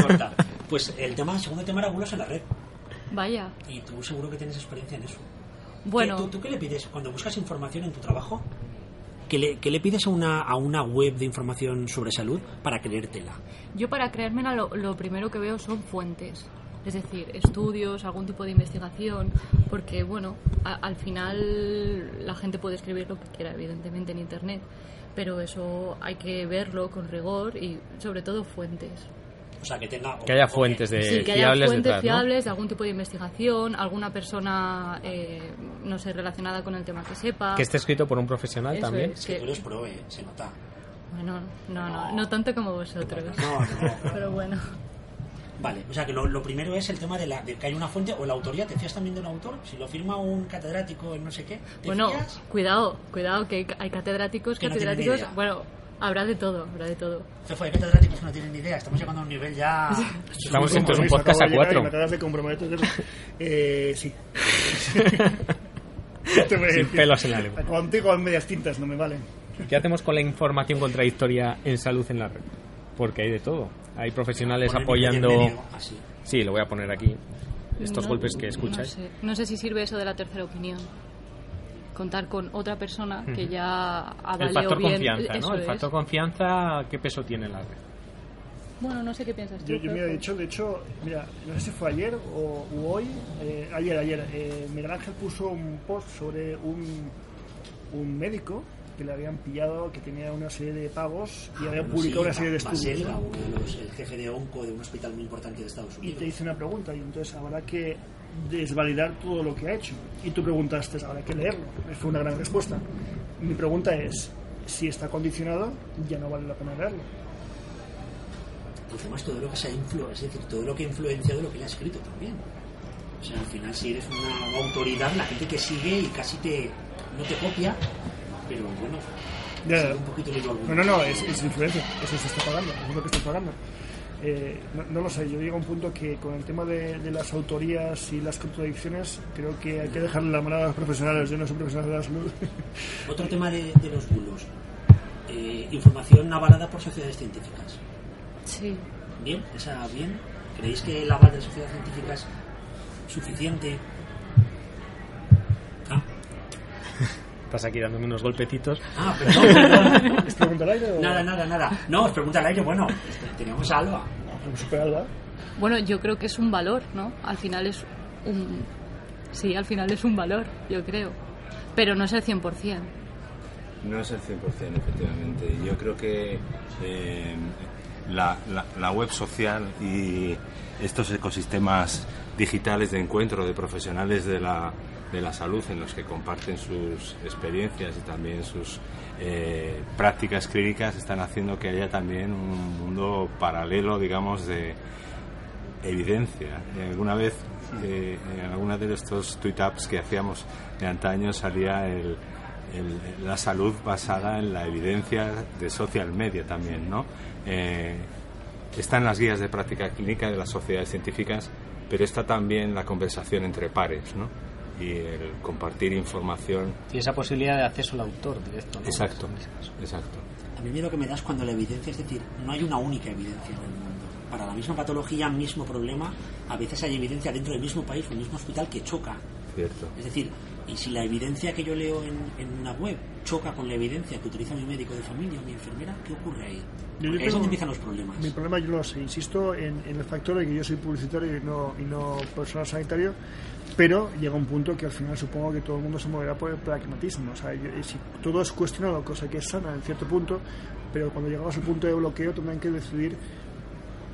Speaker 2: corta. Pues el tema, el segundo tema era bulos en la red.
Speaker 7: Vaya.
Speaker 2: Y tú seguro que tienes experiencia en eso. ¿Qué- ¿Tú,
Speaker 7: Bueno,
Speaker 2: tú qué le pides cuando buscas información en tu trabajo? ¿Qué le, qué le pides a una, a una web de información sobre salud para creértela?
Speaker 7: yo para creérmela lo, lo primero que veo son fuentes. Es decir, estudios, algún tipo de investigación, porque bueno, a- al final la gente puede escribir lo que quiera, evidentemente, en Internet, pero eso hay que verlo con rigor y sobre todo fuentes.
Speaker 2: O sea, que tenga...
Speaker 1: Que haya
Speaker 2: o-
Speaker 1: fuentes de
Speaker 7: Sí, que haya
Speaker 1: Eh, fiables
Speaker 7: fuentes
Speaker 1: detrás, ¿no?
Speaker 7: fiables de algún tipo de investigación, alguna persona, eh, no sé, relacionada con el tema que sepa.
Speaker 1: Que esté escrito por un profesional
Speaker 7: Eso
Speaker 1: también.
Speaker 7: es,
Speaker 2: Ah. Es que
Speaker 7: que-
Speaker 2: tú eres pro, eh, se nota.
Speaker 7: Bueno, no, no, no tanto como vosotros.
Speaker 2: No, no.
Speaker 7: Pero bueno.
Speaker 2: Vale, o sea, que lo, lo primero es el tema de, la, de que hay una fuente o la autoría. ¿Te fías también de un autor? Si lo firma un catedrático en no sé qué, ¿te
Speaker 7: Bueno,
Speaker 2: fías?
Speaker 7: cuidado, cuidado, que hay, hay catedráticos,
Speaker 2: Que no tienen
Speaker 7: catedráticos.
Speaker 2: ni idea.
Speaker 7: bueno, habrá de todo, habrá de todo.
Speaker 2: Fefo, hay catedráticos que no tienen ni idea. Estamos llegando a un nivel ya...
Speaker 1: Estamos
Speaker 8: un
Speaker 1: en un
Speaker 8: compromiso,
Speaker 1: podcast a
Speaker 8: acabo de llegar
Speaker 1: cuatro.
Speaker 8: y me tratas de comprometer. Eh, sí. Te voy a
Speaker 1: Sin
Speaker 8: decir.
Speaker 1: pelos en la lengua.
Speaker 8: Contigo en medias tintas no me valen.
Speaker 1: ¿Qué hacemos con la información contradictoria en salud en la red? Porque hay de todo. Hay profesionales
Speaker 2: Poner
Speaker 1: apoyando.
Speaker 2: en medio, así.
Speaker 1: Sí, lo voy a poner aquí. Estos
Speaker 7: No-
Speaker 1: golpes que
Speaker 7: No
Speaker 1: escuchas.
Speaker 7: sé, No sé si sirve eso de la tercera opinión. Contar con otra persona que ya avalió
Speaker 1: El factor
Speaker 7: Ah, bien.
Speaker 1: confianza,
Speaker 7: eso
Speaker 1: ¿no? El
Speaker 7: es.
Speaker 1: factor confianza, ¿qué peso tiene en la red?
Speaker 7: Bueno, no sé qué piensas tú.
Speaker 8: Yo, yo, mira,
Speaker 7: Pepe.
Speaker 8: de hecho, de hecho, mira, no sé si fue ayer o u hoy, eh, ayer, ayer, eh, Miguel Ángel puso un post sobre un, un médico que le habían pillado, que tenía una serie de pagos y habían
Speaker 2: Ah, Bueno,
Speaker 8: publicado
Speaker 2: sí,
Speaker 8: una serie de estudios.
Speaker 2: Baselga,
Speaker 8: ¿no?
Speaker 2: uno de los- el jefe de onco de un hospital muy importante de Estados
Speaker 8: y
Speaker 2: Unidos.
Speaker 8: te hice una pregunta y entonces habrá que desvalidar todo lo que ha hecho y tú preguntaste habrá que leerlo fue una gran respuesta mi pregunta es si está condicionado ya no vale la pena leerlo
Speaker 2: Pues además todo lo que se ha influenciado, es decir, todo lo que ha influenciado lo que él ha escrito también. O sea, al final si eres una autoridad, la gente te sigue y casi te no te copia, pero bueno,
Speaker 8: Ya,
Speaker 2: sigue
Speaker 8: ya.
Speaker 2: un poquito el hilo
Speaker 8: no no no es, es influencia eso se está pagando es lo que está pagando Eh, no, no lo sé yo llego a un punto que con el tema de, de las autorías y las contradicciones creo que hay que dejarle la mano a los profesionales yo no soy profesional de la salud
Speaker 2: Otro tema de, de los bulos. Eh, información avalada por sociedades científicas.
Speaker 7: Sí.
Speaker 2: Bien, esa bien. ¿Creéis que el aval de las sociedades científicas es suficiente? Ah,
Speaker 1: Estás aquí dándome unos golpecitos.
Speaker 2: ah perdón, perdón.
Speaker 8: ¿Es pregunta al aire o
Speaker 2: Nada, nada, nada. No, os pregunta al aire, bueno, teníamos a Alba.
Speaker 8: Hemos superado, ¿verdad?
Speaker 7: Bueno, yo creo que es un valor, ¿no? Al final es un... Sí, al final es un valor, yo creo. Pero no es el 100%.
Speaker 9: No es el 100%, efectivamente. Yo creo que eh, la, la- la web social y estos ecosistemas digitales de encuentro de profesionales de la, de la salud en los que comparten sus experiencias y también sus eh, prácticas clínicas están haciendo que haya también un mundo paralelo, digamos, de, evidencia. Eh, alguna vez, eh, en alguna de estos tweet-ups que hacíamos de antaño, salía el- el- la salud basada en la evidencia de social media también, ¿no? Eh, están las guías de práctica clínica de las sociedades científicas, pero está también la conversación entre pares, ¿no? Y el compartir información.
Speaker 3: Y esa posibilidad de acceso al autor directo. ¿no?
Speaker 9: Exacto,
Speaker 3: En ese caso.
Speaker 9: exacto.
Speaker 2: A mí miedo que me das cuando la evidencia, es decir, no hay una única evidencia en el mundo. Para la misma patología, mismo problema, a veces hay evidencia dentro del mismo país o el mismo hospital que choca.
Speaker 9: Cierto.
Speaker 2: Es decir, y si la evidencia que yo leo en, en una web choca con la evidencia que utiliza mi médico de familia o mi enfermera, ¿qué ocurre ahí?
Speaker 8: Yo- yo
Speaker 2: Porque ahí es
Speaker 8: tengo-
Speaker 2: donde empiezan los problemas.
Speaker 8: Mi problema, yo lo sé, insisto en, en el factor de que yo soy publicitario y no, y no personal sanitario, pero llega un punto que al final supongo que todo el mundo se moverá por el pragmatismo. O sea, yo- y si todo es cuestionado, cosa que es sana en cierto punto, pero cuando llegamos al punto de bloqueo tendrán que decidir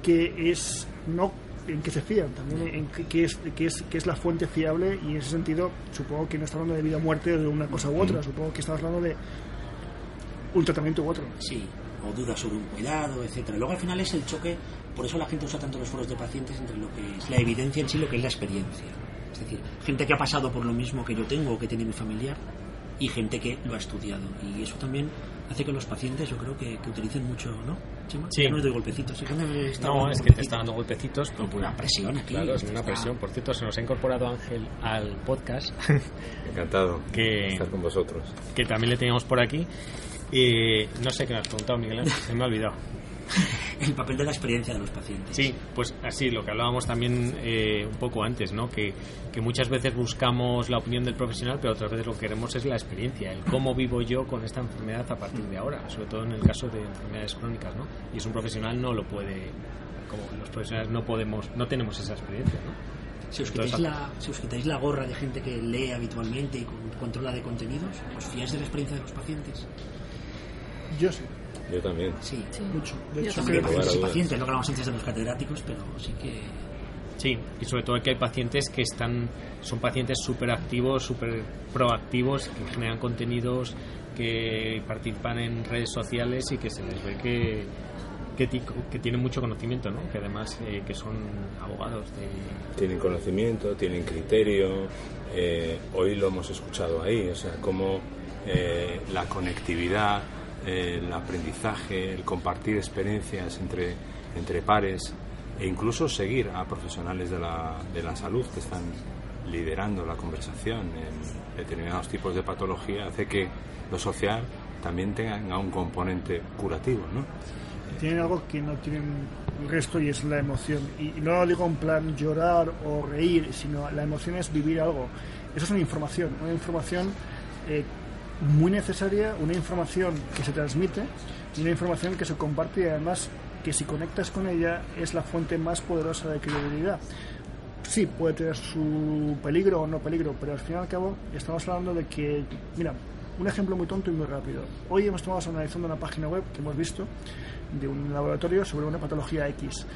Speaker 8: qué es, no en qué se fían, también en qué, qué es, qué es, qué es la fuente fiable y en ese sentido supongo que no está hablando de vida o muerte de una cosa u otra, supongo que está hablando de un tratamiento u otro.
Speaker 2: Sí, o dudas sobre un cuidado, etcétera. Luego al final es el choque, por eso la gente usa tanto los foros de pacientes entre lo que es la evidencia en sí y lo que es la experiencia. Es decir, gente que ha pasado por lo mismo que yo tengo o que tiene mi familiar y gente que lo ha estudiado. Y eso también hace que los pacientes yo creo que, que utilicen mucho, ¿no? Chema?
Speaker 1: Sí.
Speaker 2: Ya no os doy golpecitos. ¿eh? ¿sí? ¿Dónde me está
Speaker 1: No,
Speaker 2: dando
Speaker 1: es que te
Speaker 2: golpecitos?
Speaker 1: está dando golpecitos.
Speaker 2: Pero por una presión aquí.
Speaker 1: Claro, es
Speaker 2: esto
Speaker 1: una
Speaker 2: está-
Speaker 1: presión. Por cierto, se nos ha incorporado Ángel al podcast,
Speaker 9: Encantado de
Speaker 1: que,
Speaker 9: estar con vosotros.
Speaker 1: que también le teníamos por aquí. Y no sé qué me has preguntado, Miguel Ángel, se me ha olvidado.
Speaker 2: El papel de la experiencia de los pacientes.
Speaker 1: Sí, pues así, lo que hablábamos también eh, un poco antes, ¿no? Que, que muchas veces buscamos la opinión del profesional, pero otras veces lo que queremos es la experiencia, el cómo vivo yo con esta enfermedad a partir de ahora, sobre todo en el caso de enfermedades crónicas, ¿no? Y es un profesional no lo puede, como los profesionales no podemos, no tenemos esa experiencia, ¿no?
Speaker 2: Si os, quitáis la, si os quitáis la gorra de gente que lee habitualmente y con- controla de contenidos, ¿os fiáis de la experiencia de los pacientes?
Speaker 8: Yo sí.
Speaker 9: Yo también.
Speaker 2: Sí.
Speaker 7: Sí.
Speaker 8: Mucho. De
Speaker 7: Yo
Speaker 8: hecho,
Speaker 2: También hay
Speaker 8: creo que-
Speaker 9: lugar a
Speaker 2: pacientes y
Speaker 9: dudas.
Speaker 2: pacientes, lo que hablamos antes de los catedráticos, pero sí que...
Speaker 1: Sí, y sobre todo que hay pacientes que están, son pacientes súper activos, súper proactivos, que generan contenidos, que participan en redes sociales y que se les ve que, que, ti- que tienen mucho conocimiento, ¿no? Que además eh, que son abogados de...
Speaker 9: tienen conocimiento, tienen criterio. eh, hoy lo hemos escuchado ahí, o sea, cómo eh, la conectividad, eh, el aprendizaje, el compartir experiencias entre, entre pares e incluso seguir a profesionales de la, de la salud que están liderando la conversación en determinados tipos de patología hace que lo social también tenga un componente curativo, ¿no?
Speaker 8: tienen algo que no tienen el resto y es la emoción. Y y no lo digo en plan llorar o reír, sino la emoción es vivir algo. Eso es una información, una información eh, muy necesaria, una información que se transmite y una información que se comparte y además que si conectas con ella es la fuente más poderosa de credibilidad. Sí, puede tener su peligro o no peligro, pero al fin y al cabo estamos hablando de que, mira, Un ejemplo muy tonto y muy rápido. Hoy hemos estado analizando una página web que hemos visto de un laboratorio sobre una patología X.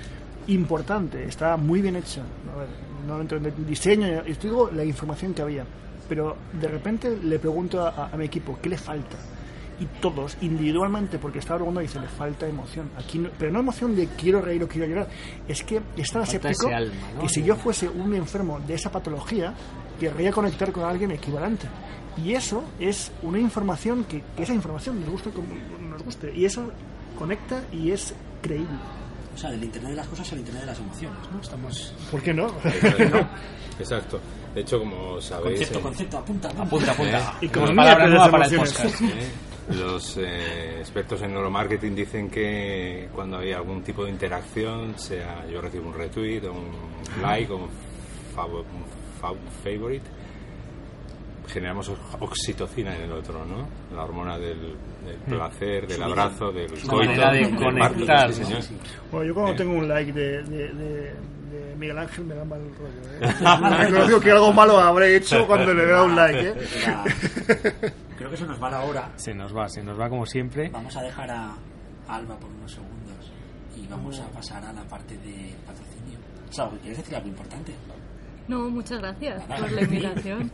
Speaker 8: Importante, está muy bien hecha. A ver, no entro en el diseño, digo la información que había. Pero de repente le pregunto a, a mi equipo, ¿qué le falta? y todos individualmente, porque estaba preguntando, dice, le falta emoción. Aquí no- pero no emoción de quiero reír o quiero llorar. Es que está aséptico
Speaker 3: ese alma, ¿no?
Speaker 8: que si yo fuese un enfermo de esa patología, querría conectar con alguien equivalente. Y eso es una información que, que esa información nos guste, como nos guste. Y eso conecta y es creíble.
Speaker 2: O sea, del Internet de las cosas al Internet de las emociones, ¿no? Estamos...
Speaker 8: ¿Por qué no?
Speaker 9: Exacto. De hecho, como sabéis...
Speaker 2: Concepto,
Speaker 9: eh,
Speaker 2: concepto, apunta, apunta.
Speaker 9: Apunta, apunta.
Speaker 8: Economía
Speaker 3: palabra
Speaker 8: de
Speaker 3: nueva
Speaker 8: las
Speaker 3: para el
Speaker 8: emociones.
Speaker 3: podcast.
Speaker 9: ¿eh? Los eh, expertos en neuromarketing dicen que cuando hay algún tipo de interacción, sea yo recibo un retweet o un like o un, fav- un fav- favorite, generamos ox- oxitocina en el otro, ¿no? La hormona del, del placer, del abrazo, del
Speaker 2: Mm. Una
Speaker 9: coito.
Speaker 2: manera de
Speaker 9: del parto,
Speaker 3: conectar,
Speaker 9: sí,
Speaker 3: ¿no?
Speaker 9: señor.
Speaker 3: Sí.
Speaker 8: Bueno, yo cuando
Speaker 9: Eh.
Speaker 8: tengo un like de, de- de- de Miguel Ángel me da mal rollo. ¿eh? Reconozco que algo malo habré hecho cuando le he dado un like. ¿eh?
Speaker 2: Venga. Creo que se nos va la hora.
Speaker 1: Se nos va, se nos va como siempre.
Speaker 2: Vamos a dejar a Alba por unos segundos y vamos a pasar a la parte de patrocinio. Salvo, ¿quieres decir algo importante?
Speaker 7: No, muchas gracias por la invitación.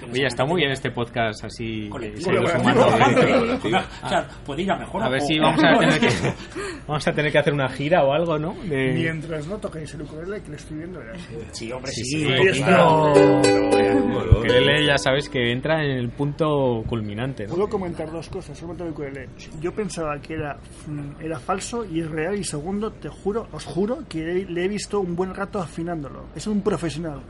Speaker 2: Que nos
Speaker 1: Oye, está
Speaker 2: encanta.
Speaker 1: muy bien este podcast así. eh,
Speaker 2: Colectivo.
Speaker 1: se ha ido
Speaker 2: Colectivo.
Speaker 1: sumando.
Speaker 9: Colectivo.
Speaker 2: O sea, puede ir a mejor.
Speaker 1: A ver si vamos a tener que vamos a tener que hacer una gira o algo, ¿no? De-
Speaker 8: Mientras no toquéis el ukulele que le estoy viendo, verás.
Speaker 2: Sí, hombre, sí.
Speaker 1: Sí,
Speaker 2: sí,
Speaker 1: sí,
Speaker 2: un
Speaker 8: ahí está.
Speaker 9: Bueno,
Speaker 1: Que Lele ya sabes que entra en el punto culminante, ¿no?
Speaker 8: Puedo comentar dos cosas sobre el ukulele. Yo pensaba que era, mm, era falso y es real. Y segundo, te juro, os juro que he- le he visto un buen rato afinándolo. Es un profesional.
Speaker 2: No,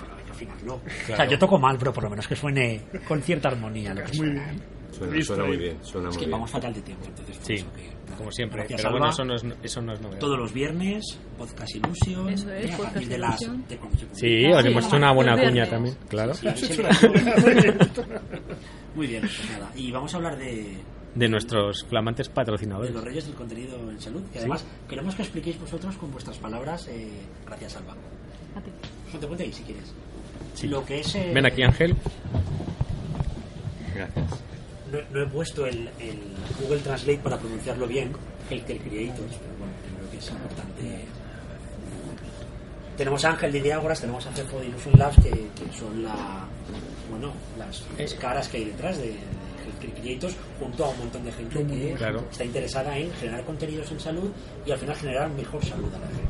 Speaker 2: pero hay que afinarlo. O sea, yo toco mal, pero por lo menos que suene con cierta armonía. Lo que
Speaker 8: Muy
Speaker 2: suena.
Speaker 8: bien.
Speaker 9: Suena,
Speaker 8: Listo
Speaker 9: suena muy
Speaker 8: ahí.
Speaker 9: bien, suena
Speaker 2: Es
Speaker 9: muy
Speaker 2: que
Speaker 9: bien.
Speaker 2: vamos fatal de tiempo, entonces por
Speaker 1: Sí,
Speaker 2: eso que-
Speaker 1: como siempre.
Speaker 2: Gracias,
Speaker 1: Pero bueno,
Speaker 2: Alba.
Speaker 1: eso no es, eso no es novedad.
Speaker 2: Todos los viernes, Podcast Illusion.
Speaker 7: Eso es,
Speaker 2: a
Speaker 7: Podcast
Speaker 2: partir de las...
Speaker 7: Illusion.
Speaker 2: de cuando se publica.
Speaker 1: Sí, os
Speaker 7: Sí,
Speaker 1: hemos hecho una buena
Speaker 7: los
Speaker 1: cuña
Speaker 7: viernes.
Speaker 1: también, claro.
Speaker 2: Sí, sí, sí. Muy bien, pues nada. Y vamos a hablar de,
Speaker 1: De nuestros flamantes
Speaker 2: de
Speaker 1: patrocinadores.
Speaker 2: los reyes del contenido en salud. Y además, queremos que expliquéis vosotros con vuestras palabras, eh, gracias Alba.
Speaker 7: A ti.
Speaker 2: Ponte, ponte ahí si quieres. Lo que es, eh,
Speaker 1: Ven aquí, Ángel.
Speaker 2: No, no he puesto el, el Google Translate para pronunciarlo bien, el que el Creators, pero bueno, creo que es importante. Tenemos a Ángel de Diágoras, tenemos a Cefo de Illusion Labs, que, que son la, bueno, las, las caras que hay detrás de, de Health Creators, junto a un montón de gente que
Speaker 1: Claro.
Speaker 2: está interesada en generar contenidos en salud y al final generar mejor salud a la gente.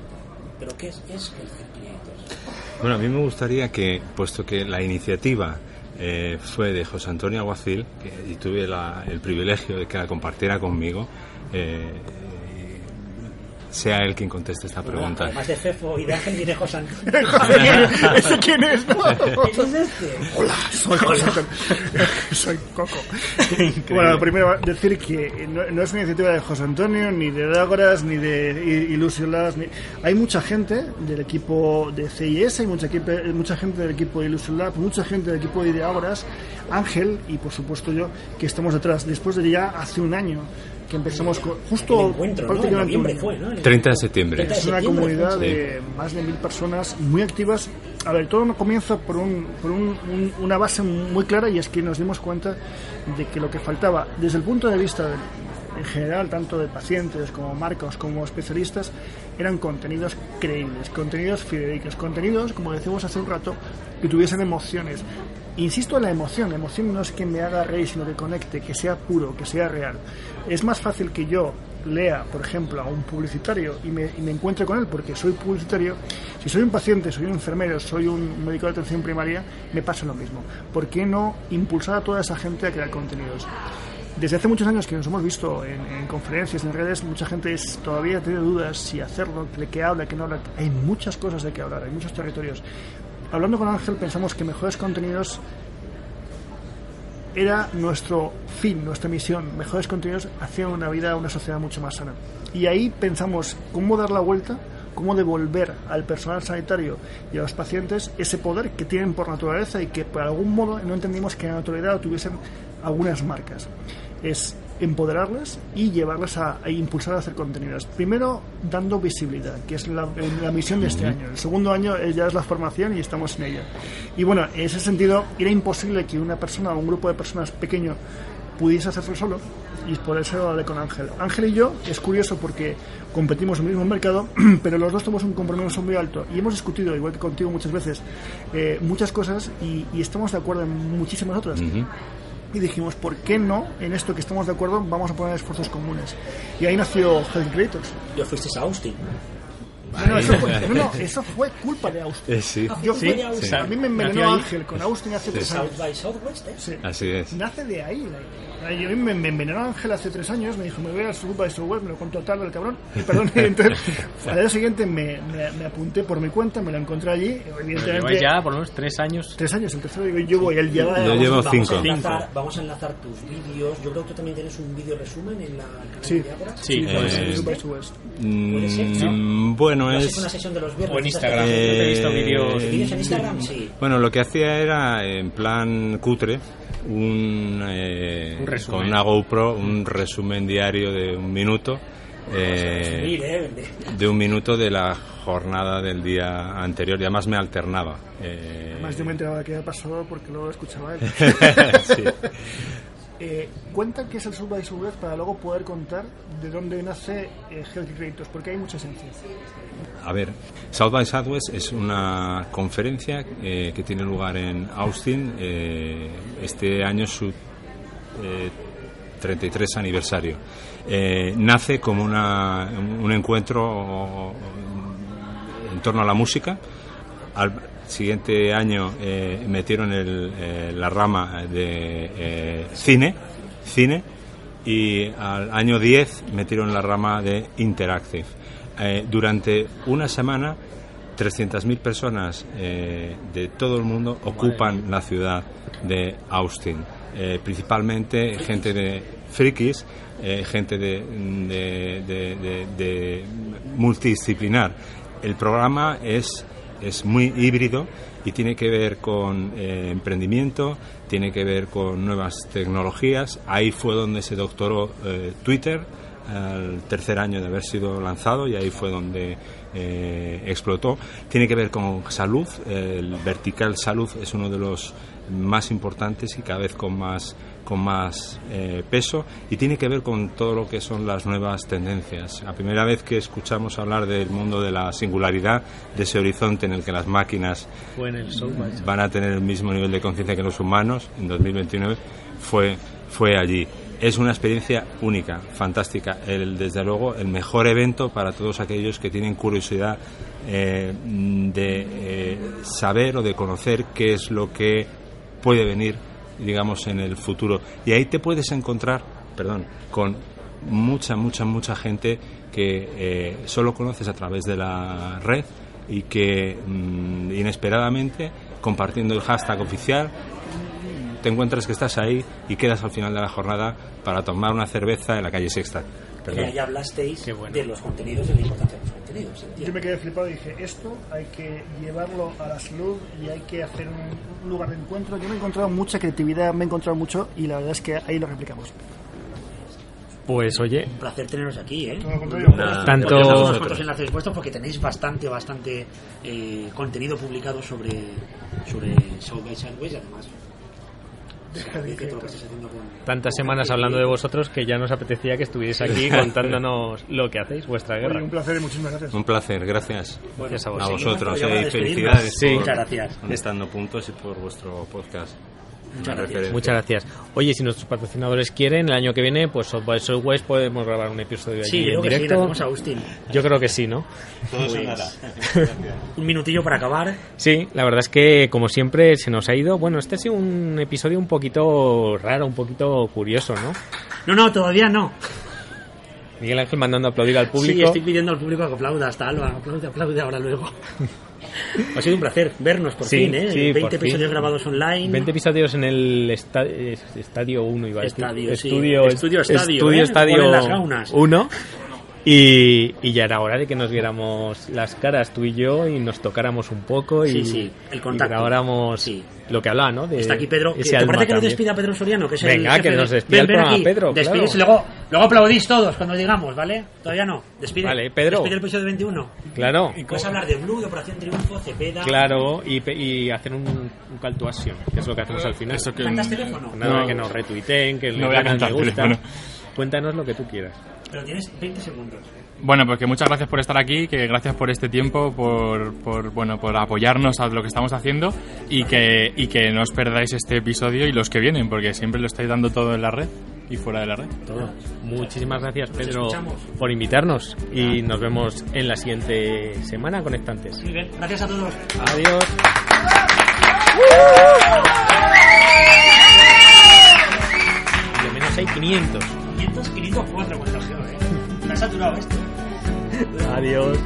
Speaker 2: ¿Pero qué es, es Health Creators?
Speaker 9: Bueno, a mí me gustaría que, puesto que la iniciativa eh, fue de José Antonio Aguacil, que- y tuve la- el privilegio de que la compartiera conmigo, eh, sea él quien conteste esta pregunta.
Speaker 2: Además de Cefo y de Ángel viene José Antonio.
Speaker 8: ¿Ese quién es? No.
Speaker 2: ¿Quién es este?
Speaker 8: Hola, soy José. soy Coco. Bueno, primero decir que no, no es una iniciativa de José Antonio, ni de Dágoras, ni de I- Ilusiolas. Ni... Hay mucha gente del equipo de CIS, hay mucha, equipe- mucha gente del equipo de Illusion Lab, mucha gente del equipo de Ideágoras, Ángel y por supuesto yo, que estamos detrás. Después de ya hace un año que empezamos con,
Speaker 2: Aquel
Speaker 8: justo
Speaker 2: encuentro, ¿no? En
Speaker 8: prácticamente un
Speaker 2: noviembre
Speaker 8: año.
Speaker 2: fue, ¿no? En el-
Speaker 9: 30 de septiembre.
Speaker 2: Treinta
Speaker 8: Es una
Speaker 2: septiembre,
Speaker 8: comunidad
Speaker 9: sí.
Speaker 8: de más de mil personas muy activas. A ver, todo no comienza por, un- por un- un- una base muy clara y es que nos dimos cuenta de que lo que faltaba desde el punto de vista de- en general, tanto de pacientes como marcos como especialistas, eran contenidos creíbles, contenidos fidedignos, contenidos, como decíamos hace un rato, que tuviesen emociones. Insisto en la emoción, la emoción no es que me haga reír, sino que conecte, que sea puro, que sea real. Es más fácil que yo lea, por ejemplo, a un publicitario y me, y me encuentre con él porque soy publicitario, si soy un paciente, soy un enfermero, soy un médico de atención primaria, me pasa lo mismo. ¿Por qué no impulsar a toda esa gente a crear contenidos? Desde hace muchos años que nos hemos visto en, en conferencias, en redes, mucha gente es- todavía tiene dudas si hacerlo, de qué habla, qué no habla. Hay muchas cosas de qué hablar, hay muchos territorios. Hablando con Ángel, pensamos que mejores contenidos era nuestro fin, nuestra misión, mejores contenidos hacia una vida, una sociedad mucho más sana. Y ahí pensamos cómo dar la vuelta, cómo devolver al personal sanitario y a los pacientes ese poder que tienen por naturaleza y que por algún modo no entendimos que en la naturaleza lo tuviesen algunas marcas. Es empoderarlas y llevarlas a, a impulsar a hacer contenidos. Primero, dando visibilidad, que es la, la misión de este año. El segundo año eh, ya es la formación y estamos en ella. Y bueno, en ese sentido, era imposible que una persona o un grupo de personas pequeño pudiese hacerlo solo y por eso hablé con Ángel. Ángel y yo es curioso porque competimos en el mismo mercado, pero los dos tenemos un compromiso muy alto y hemos discutido, igual que contigo muchas veces, eh, muchas cosas y, y estamos de acuerdo en muchísimas otras y dijimos, ¿por qué no en esto que estamos de acuerdo vamos a poner esfuerzos comunes? Y ahí nació Health Creators.
Speaker 2: Yo fuisteis a Austin.
Speaker 8: No, no, eso fue, no, no, eso fue culpa de Austin.
Speaker 9: Eh, sí,
Speaker 8: Yo
Speaker 2: Sí,
Speaker 8: fui a Austin.
Speaker 2: sí.
Speaker 8: A mí me
Speaker 2: Nació
Speaker 8: envenenó
Speaker 2: ahí.
Speaker 8: Ángel con Austin hace tres años.
Speaker 2: South by Southwest, ¿eh?
Speaker 8: Sí.
Speaker 9: así es.
Speaker 8: Nace de ahí la idea. Yo me, me envenenó Ángel hace tres años, me dijo, me voy a su culpa de su web, me lo contó tal, el cabrón. Y perdón, y entonces, al día siguiente me, me, me apunté por mi cuenta, me lo encontré allí. Evidentemente,
Speaker 1: Lleváis ya por lo menos tres años.
Speaker 8: tres años, el tercero, digo, yo voy, él lleva.
Speaker 9: Yo llevo
Speaker 2: vamos
Speaker 9: cinco.
Speaker 2: A enlazar, vamos a enlazar tus vídeos. Yo creo que tú también tienes un vídeo resumen en la en el canal
Speaker 8: Sí.
Speaker 2: de Ágora.
Speaker 1: Sí,
Speaker 8: Sí,
Speaker 1: pues,
Speaker 9: eh,
Speaker 8: South by Southwest.
Speaker 9: Mm,
Speaker 2: ser, ¿no?
Speaker 9: Bueno,
Speaker 2: Lo has hecho una
Speaker 9: es... Eh,
Speaker 2: sesión de los viernes.
Speaker 1: O en
Speaker 2: ¿estás
Speaker 1: Instagram.
Speaker 2: haciendo
Speaker 1: Yo te he visto vídeos-
Speaker 2: vídeos en Instagram? Sí.
Speaker 9: Bueno, lo que hacía era, en plan cutre, un, eh,
Speaker 1: Un resumen.
Speaker 9: con una GoPro, un resumen diario de un minuto. eh,
Speaker 2: Subir, ¿eh?
Speaker 9: de un minuto de la jornada del día anterior y además me alternaba. eh,
Speaker 8: Además, yo me enteraba de qué había pasado porque luego escuchaba él.
Speaker 9: sí.
Speaker 8: Eh, cuenta que es el South by Southwest para luego poder contar de dónde nace eh, Healthy Créditos, porque hay mucha esencia.
Speaker 9: A ver, South by Southwest es una conferencia eh, que tiene lugar en Austin. eh, este año su eh, 33 aniversario. Eh, nace como una- un encuentro en torno a la música. Al siguiente año eh, metieron el, eh, la rama de eh, cine, cine, y al año 10 metieron la rama de interactive. Eh, durante una semana, 300.000 personas eh, de todo el mundo ocupan la ciudad de Austin. Eh, principalmente gente de frikis, eh, gente de, de- de- de- de multidisciplinar. El programa es es muy híbrido y tiene que ver con eh, emprendimiento, tiene que ver con nuevas tecnologías. Ahí fue donde se doctoró eh, Twitter al tercer año de haber sido lanzado y ahí fue donde eh, explotó. Tiene que ver con salud, el vertical salud es uno de los más importantes y cada vez con más con más eh, peso y tiene que ver con todo lo que son las nuevas tendencias. La primera vez que escuchamos hablar del mundo de la singularidad, de ese horizonte en el que las máquinas
Speaker 1: Fue en el South by Southwest.
Speaker 9: van a tener el mismo nivel de conciencia que los humanos en 2029 fue fue allí. Es una experiencia única, fantástica, el, desde luego el mejor evento para todos aquellos que tienen curiosidad eh, de eh, saber o de conocer qué es lo que puede venir, digamos, en el futuro. Y ahí te puedes encontrar, perdón, con mucha, mucha, mucha gente que eh, solo conoces a través de la red y que mm, inesperadamente, compartiendo el hashtag oficial, te encuentras que estás ahí y quedas al final de la jornada para tomar una cerveza en la calle Sexta.
Speaker 2: Y
Speaker 9: Perdón.
Speaker 2: ahí hablasteis
Speaker 1: Qué bueno.
Speaker 2: de los contenidos y de la importancia de los contenidos.
Speaker 8: Yo
Speaker 2: entiendo.
Speaker 8: me quedé flipado y dije, esto hay que llevarlo a la salud y hay que hacer un, un lugar de encuentro. Yo me he encontrado mucha creatividad, me he encontrado mucho y la verdad es que ahí lo replicamos.
Speaker 1: Pues oye,
Speaker 2: Un placer teneros aquí, ¿eh?
Speaker 8: Todo lo contrario.
Speaker 9: Nada,
Speaker 1: Tanto-
Speaker 9: gracias a
Speaker 2: Dejamos unos
Speaker 9: vosotros.
Speaker 2: cuantos enlaces puestos porque tenéis bastante, bastante eh, contenido publicado sobre, sobre South by Southwest y además se agradece todo lo que estáis haciendo con-
Speaker 1: tantas
Speaker 2: con
Speaker 1: semanas
Speaker 2: gente
Speaker 1: hablando de
Speaker 2: que-
Speaker 1: vosotros que ya nos apetecía que estuvierais aquí contándonos lo que hacéis, vuestra
Speaker 8: Oye,
Speaker 1: guerra.
Speaker 8: un placer y muchísimas gracias.
Speaker 9: Un placer, gracias.
Speaker 1: Gracias a
Speaker 9: a
Speaker 1: vosotros. eh,
Speaker 9: vosotros eh,
Speaker 2: yo para
Speaker 9: y
Speaker 2: eh, despedirnos.
Speaker 9: felicidades
Speaker 1: Sí.
Speaker 9: por
Speaker 2: Muchas gracias.
Speaker 9: estando puntos y por vuestro podcast. Una
Speaker 2: Muchas gracias.
Speaker 9: referencia.
Speaker 1: Muchas gracias. Oye, si nuestros patrocinadores quieren, el año que viene, pues South by Southwest podemos grabar un episodio allí
Speaker 2: Sí,
Speaker 1: en
Speaker 2: yo creo que sí, nos
Speaker 1: directo.
Speaker 2: vemos a Agustín.
Speaker 1: Yo creo que sí, ¿no?
Speaker 2: Un minutillo para acabar.
Speaker 1: Sí, la verdad es que como siempre se nos ha ido. Bueno, este ha sido un episodio un poquito raro, un poquito curioso, ¿no?
Speaker 2: No, no, todavía no.
Speaker 1: Miguel Ángel mandando a aplaudir al
Speaker 2: Sí,
Speaker 1: público.
Speaker 2: estoy pidiendo al público que aplauda hasta Alba. Aplaude, aplaude ahora luego. ha sido un placer vernos por
Speaker 1: Sí,
Speaker 2: fin, ¿eh?
Speaker 1: sí,
Speaker 2: 20
Speaker 1: por fin.
Speaker 2: episodios grabados online.
Speaker 1: 20 episodios en el esta- eh, estadio 1, iba a decir.
Speaker 2: Estadio, sí.
Speaker 1: estudio,
Speaker 2: Estudio estadio,
Speaker 1: estudio
Speaker 2: ¿eh?
Speaker 1: estadio
Speaker 2: Ponen las gaunas.
Speaker 1: 1. Y, y ya era hora de que nos viéramos las caras tú y yo y nos tocáramos un poco y,
Speaker 2: Sí, sí, el
Speaker 1: y
Speaker 2: contacto.
Speaker 1: grabáramos
Speaker 2: Sí.
Speaker 1: lo que hablaba, ¿no? De
Speaker 2: Está aquí Pedro. que-
Speaker 1: ese
Speaker 2: ¿Te
Speaker 1: alma
Speaker 2: parece que nos
Speaker 1: también.
Speaker 2: despida Pedro Soriano? Que es
Speaker 1: Venga,
Speaker 2: el jefe
Speaker 1: que nos
Speaker 2: de-
Speaker 1: despida
Speaker 2: Ven,
Speaker 1: el
Speaker 2: ven
Speaker 1: programa,
Speaker 2: aquí,
Speaker 1: Pedro,
Speaker 2: despidís,
Speaker 1: claro.
Speaker 2: luego, luego aplaudís todos cuando digamos, ¿vale? Todavía no. Despide.
Speaker 1: Vale, Pedro.
Speaker 2: Despide el episodio 21.
Speaker 1: Claro,
Speaker 2: Puedes hablar de Blue, de Operación Triunfo, Cepeda.
Speaker 1: claro, y, pe- y hacer un, un call to action, que es lo que hacemos al final.
Speaker 6: Eso que-
Speaker 2: ¿Cantas teléfono?
Speaker 1: Nada,
Speaker 6: No.
Speaker 1: que nos retuiteen, que
Speaker 9: No
Speaker 1: le
Speaker 9: voy a
Speaker 1: hagan me
Speaker 9: cantar
Speaker 1: gusta.
Speaker 9: teléfono.
Speaker 1: Cuéntanos lo que tú quieras.
Speaker 2: Pero tienes 20 segundos.
Speaker 9: Bueno, pues que muchas gracias por estar aquí, que gracias por este tiempo, por, por, bueno, por apoyarnos a lo que estamos haciendo y que, y que no os perdáis este episodio y los que vienen, porque siempre lo estáis dando todo en la red y fuera de la red.
Speaker 1: Muchísimas gracias, Pedro,
Speaker 2: escuchamos.
Speaker 1: por invitarnos y nos vemos en la siguiente semana conectantes.
Speaker 2: Muy bien. Gracias a todos.
Speaker 1: Adiós. Al menos hay 500.
Speaker 2: 500, 504 con el ojeo, ¿eh? Me ha saturado esto.
Speaker 1: Adiós.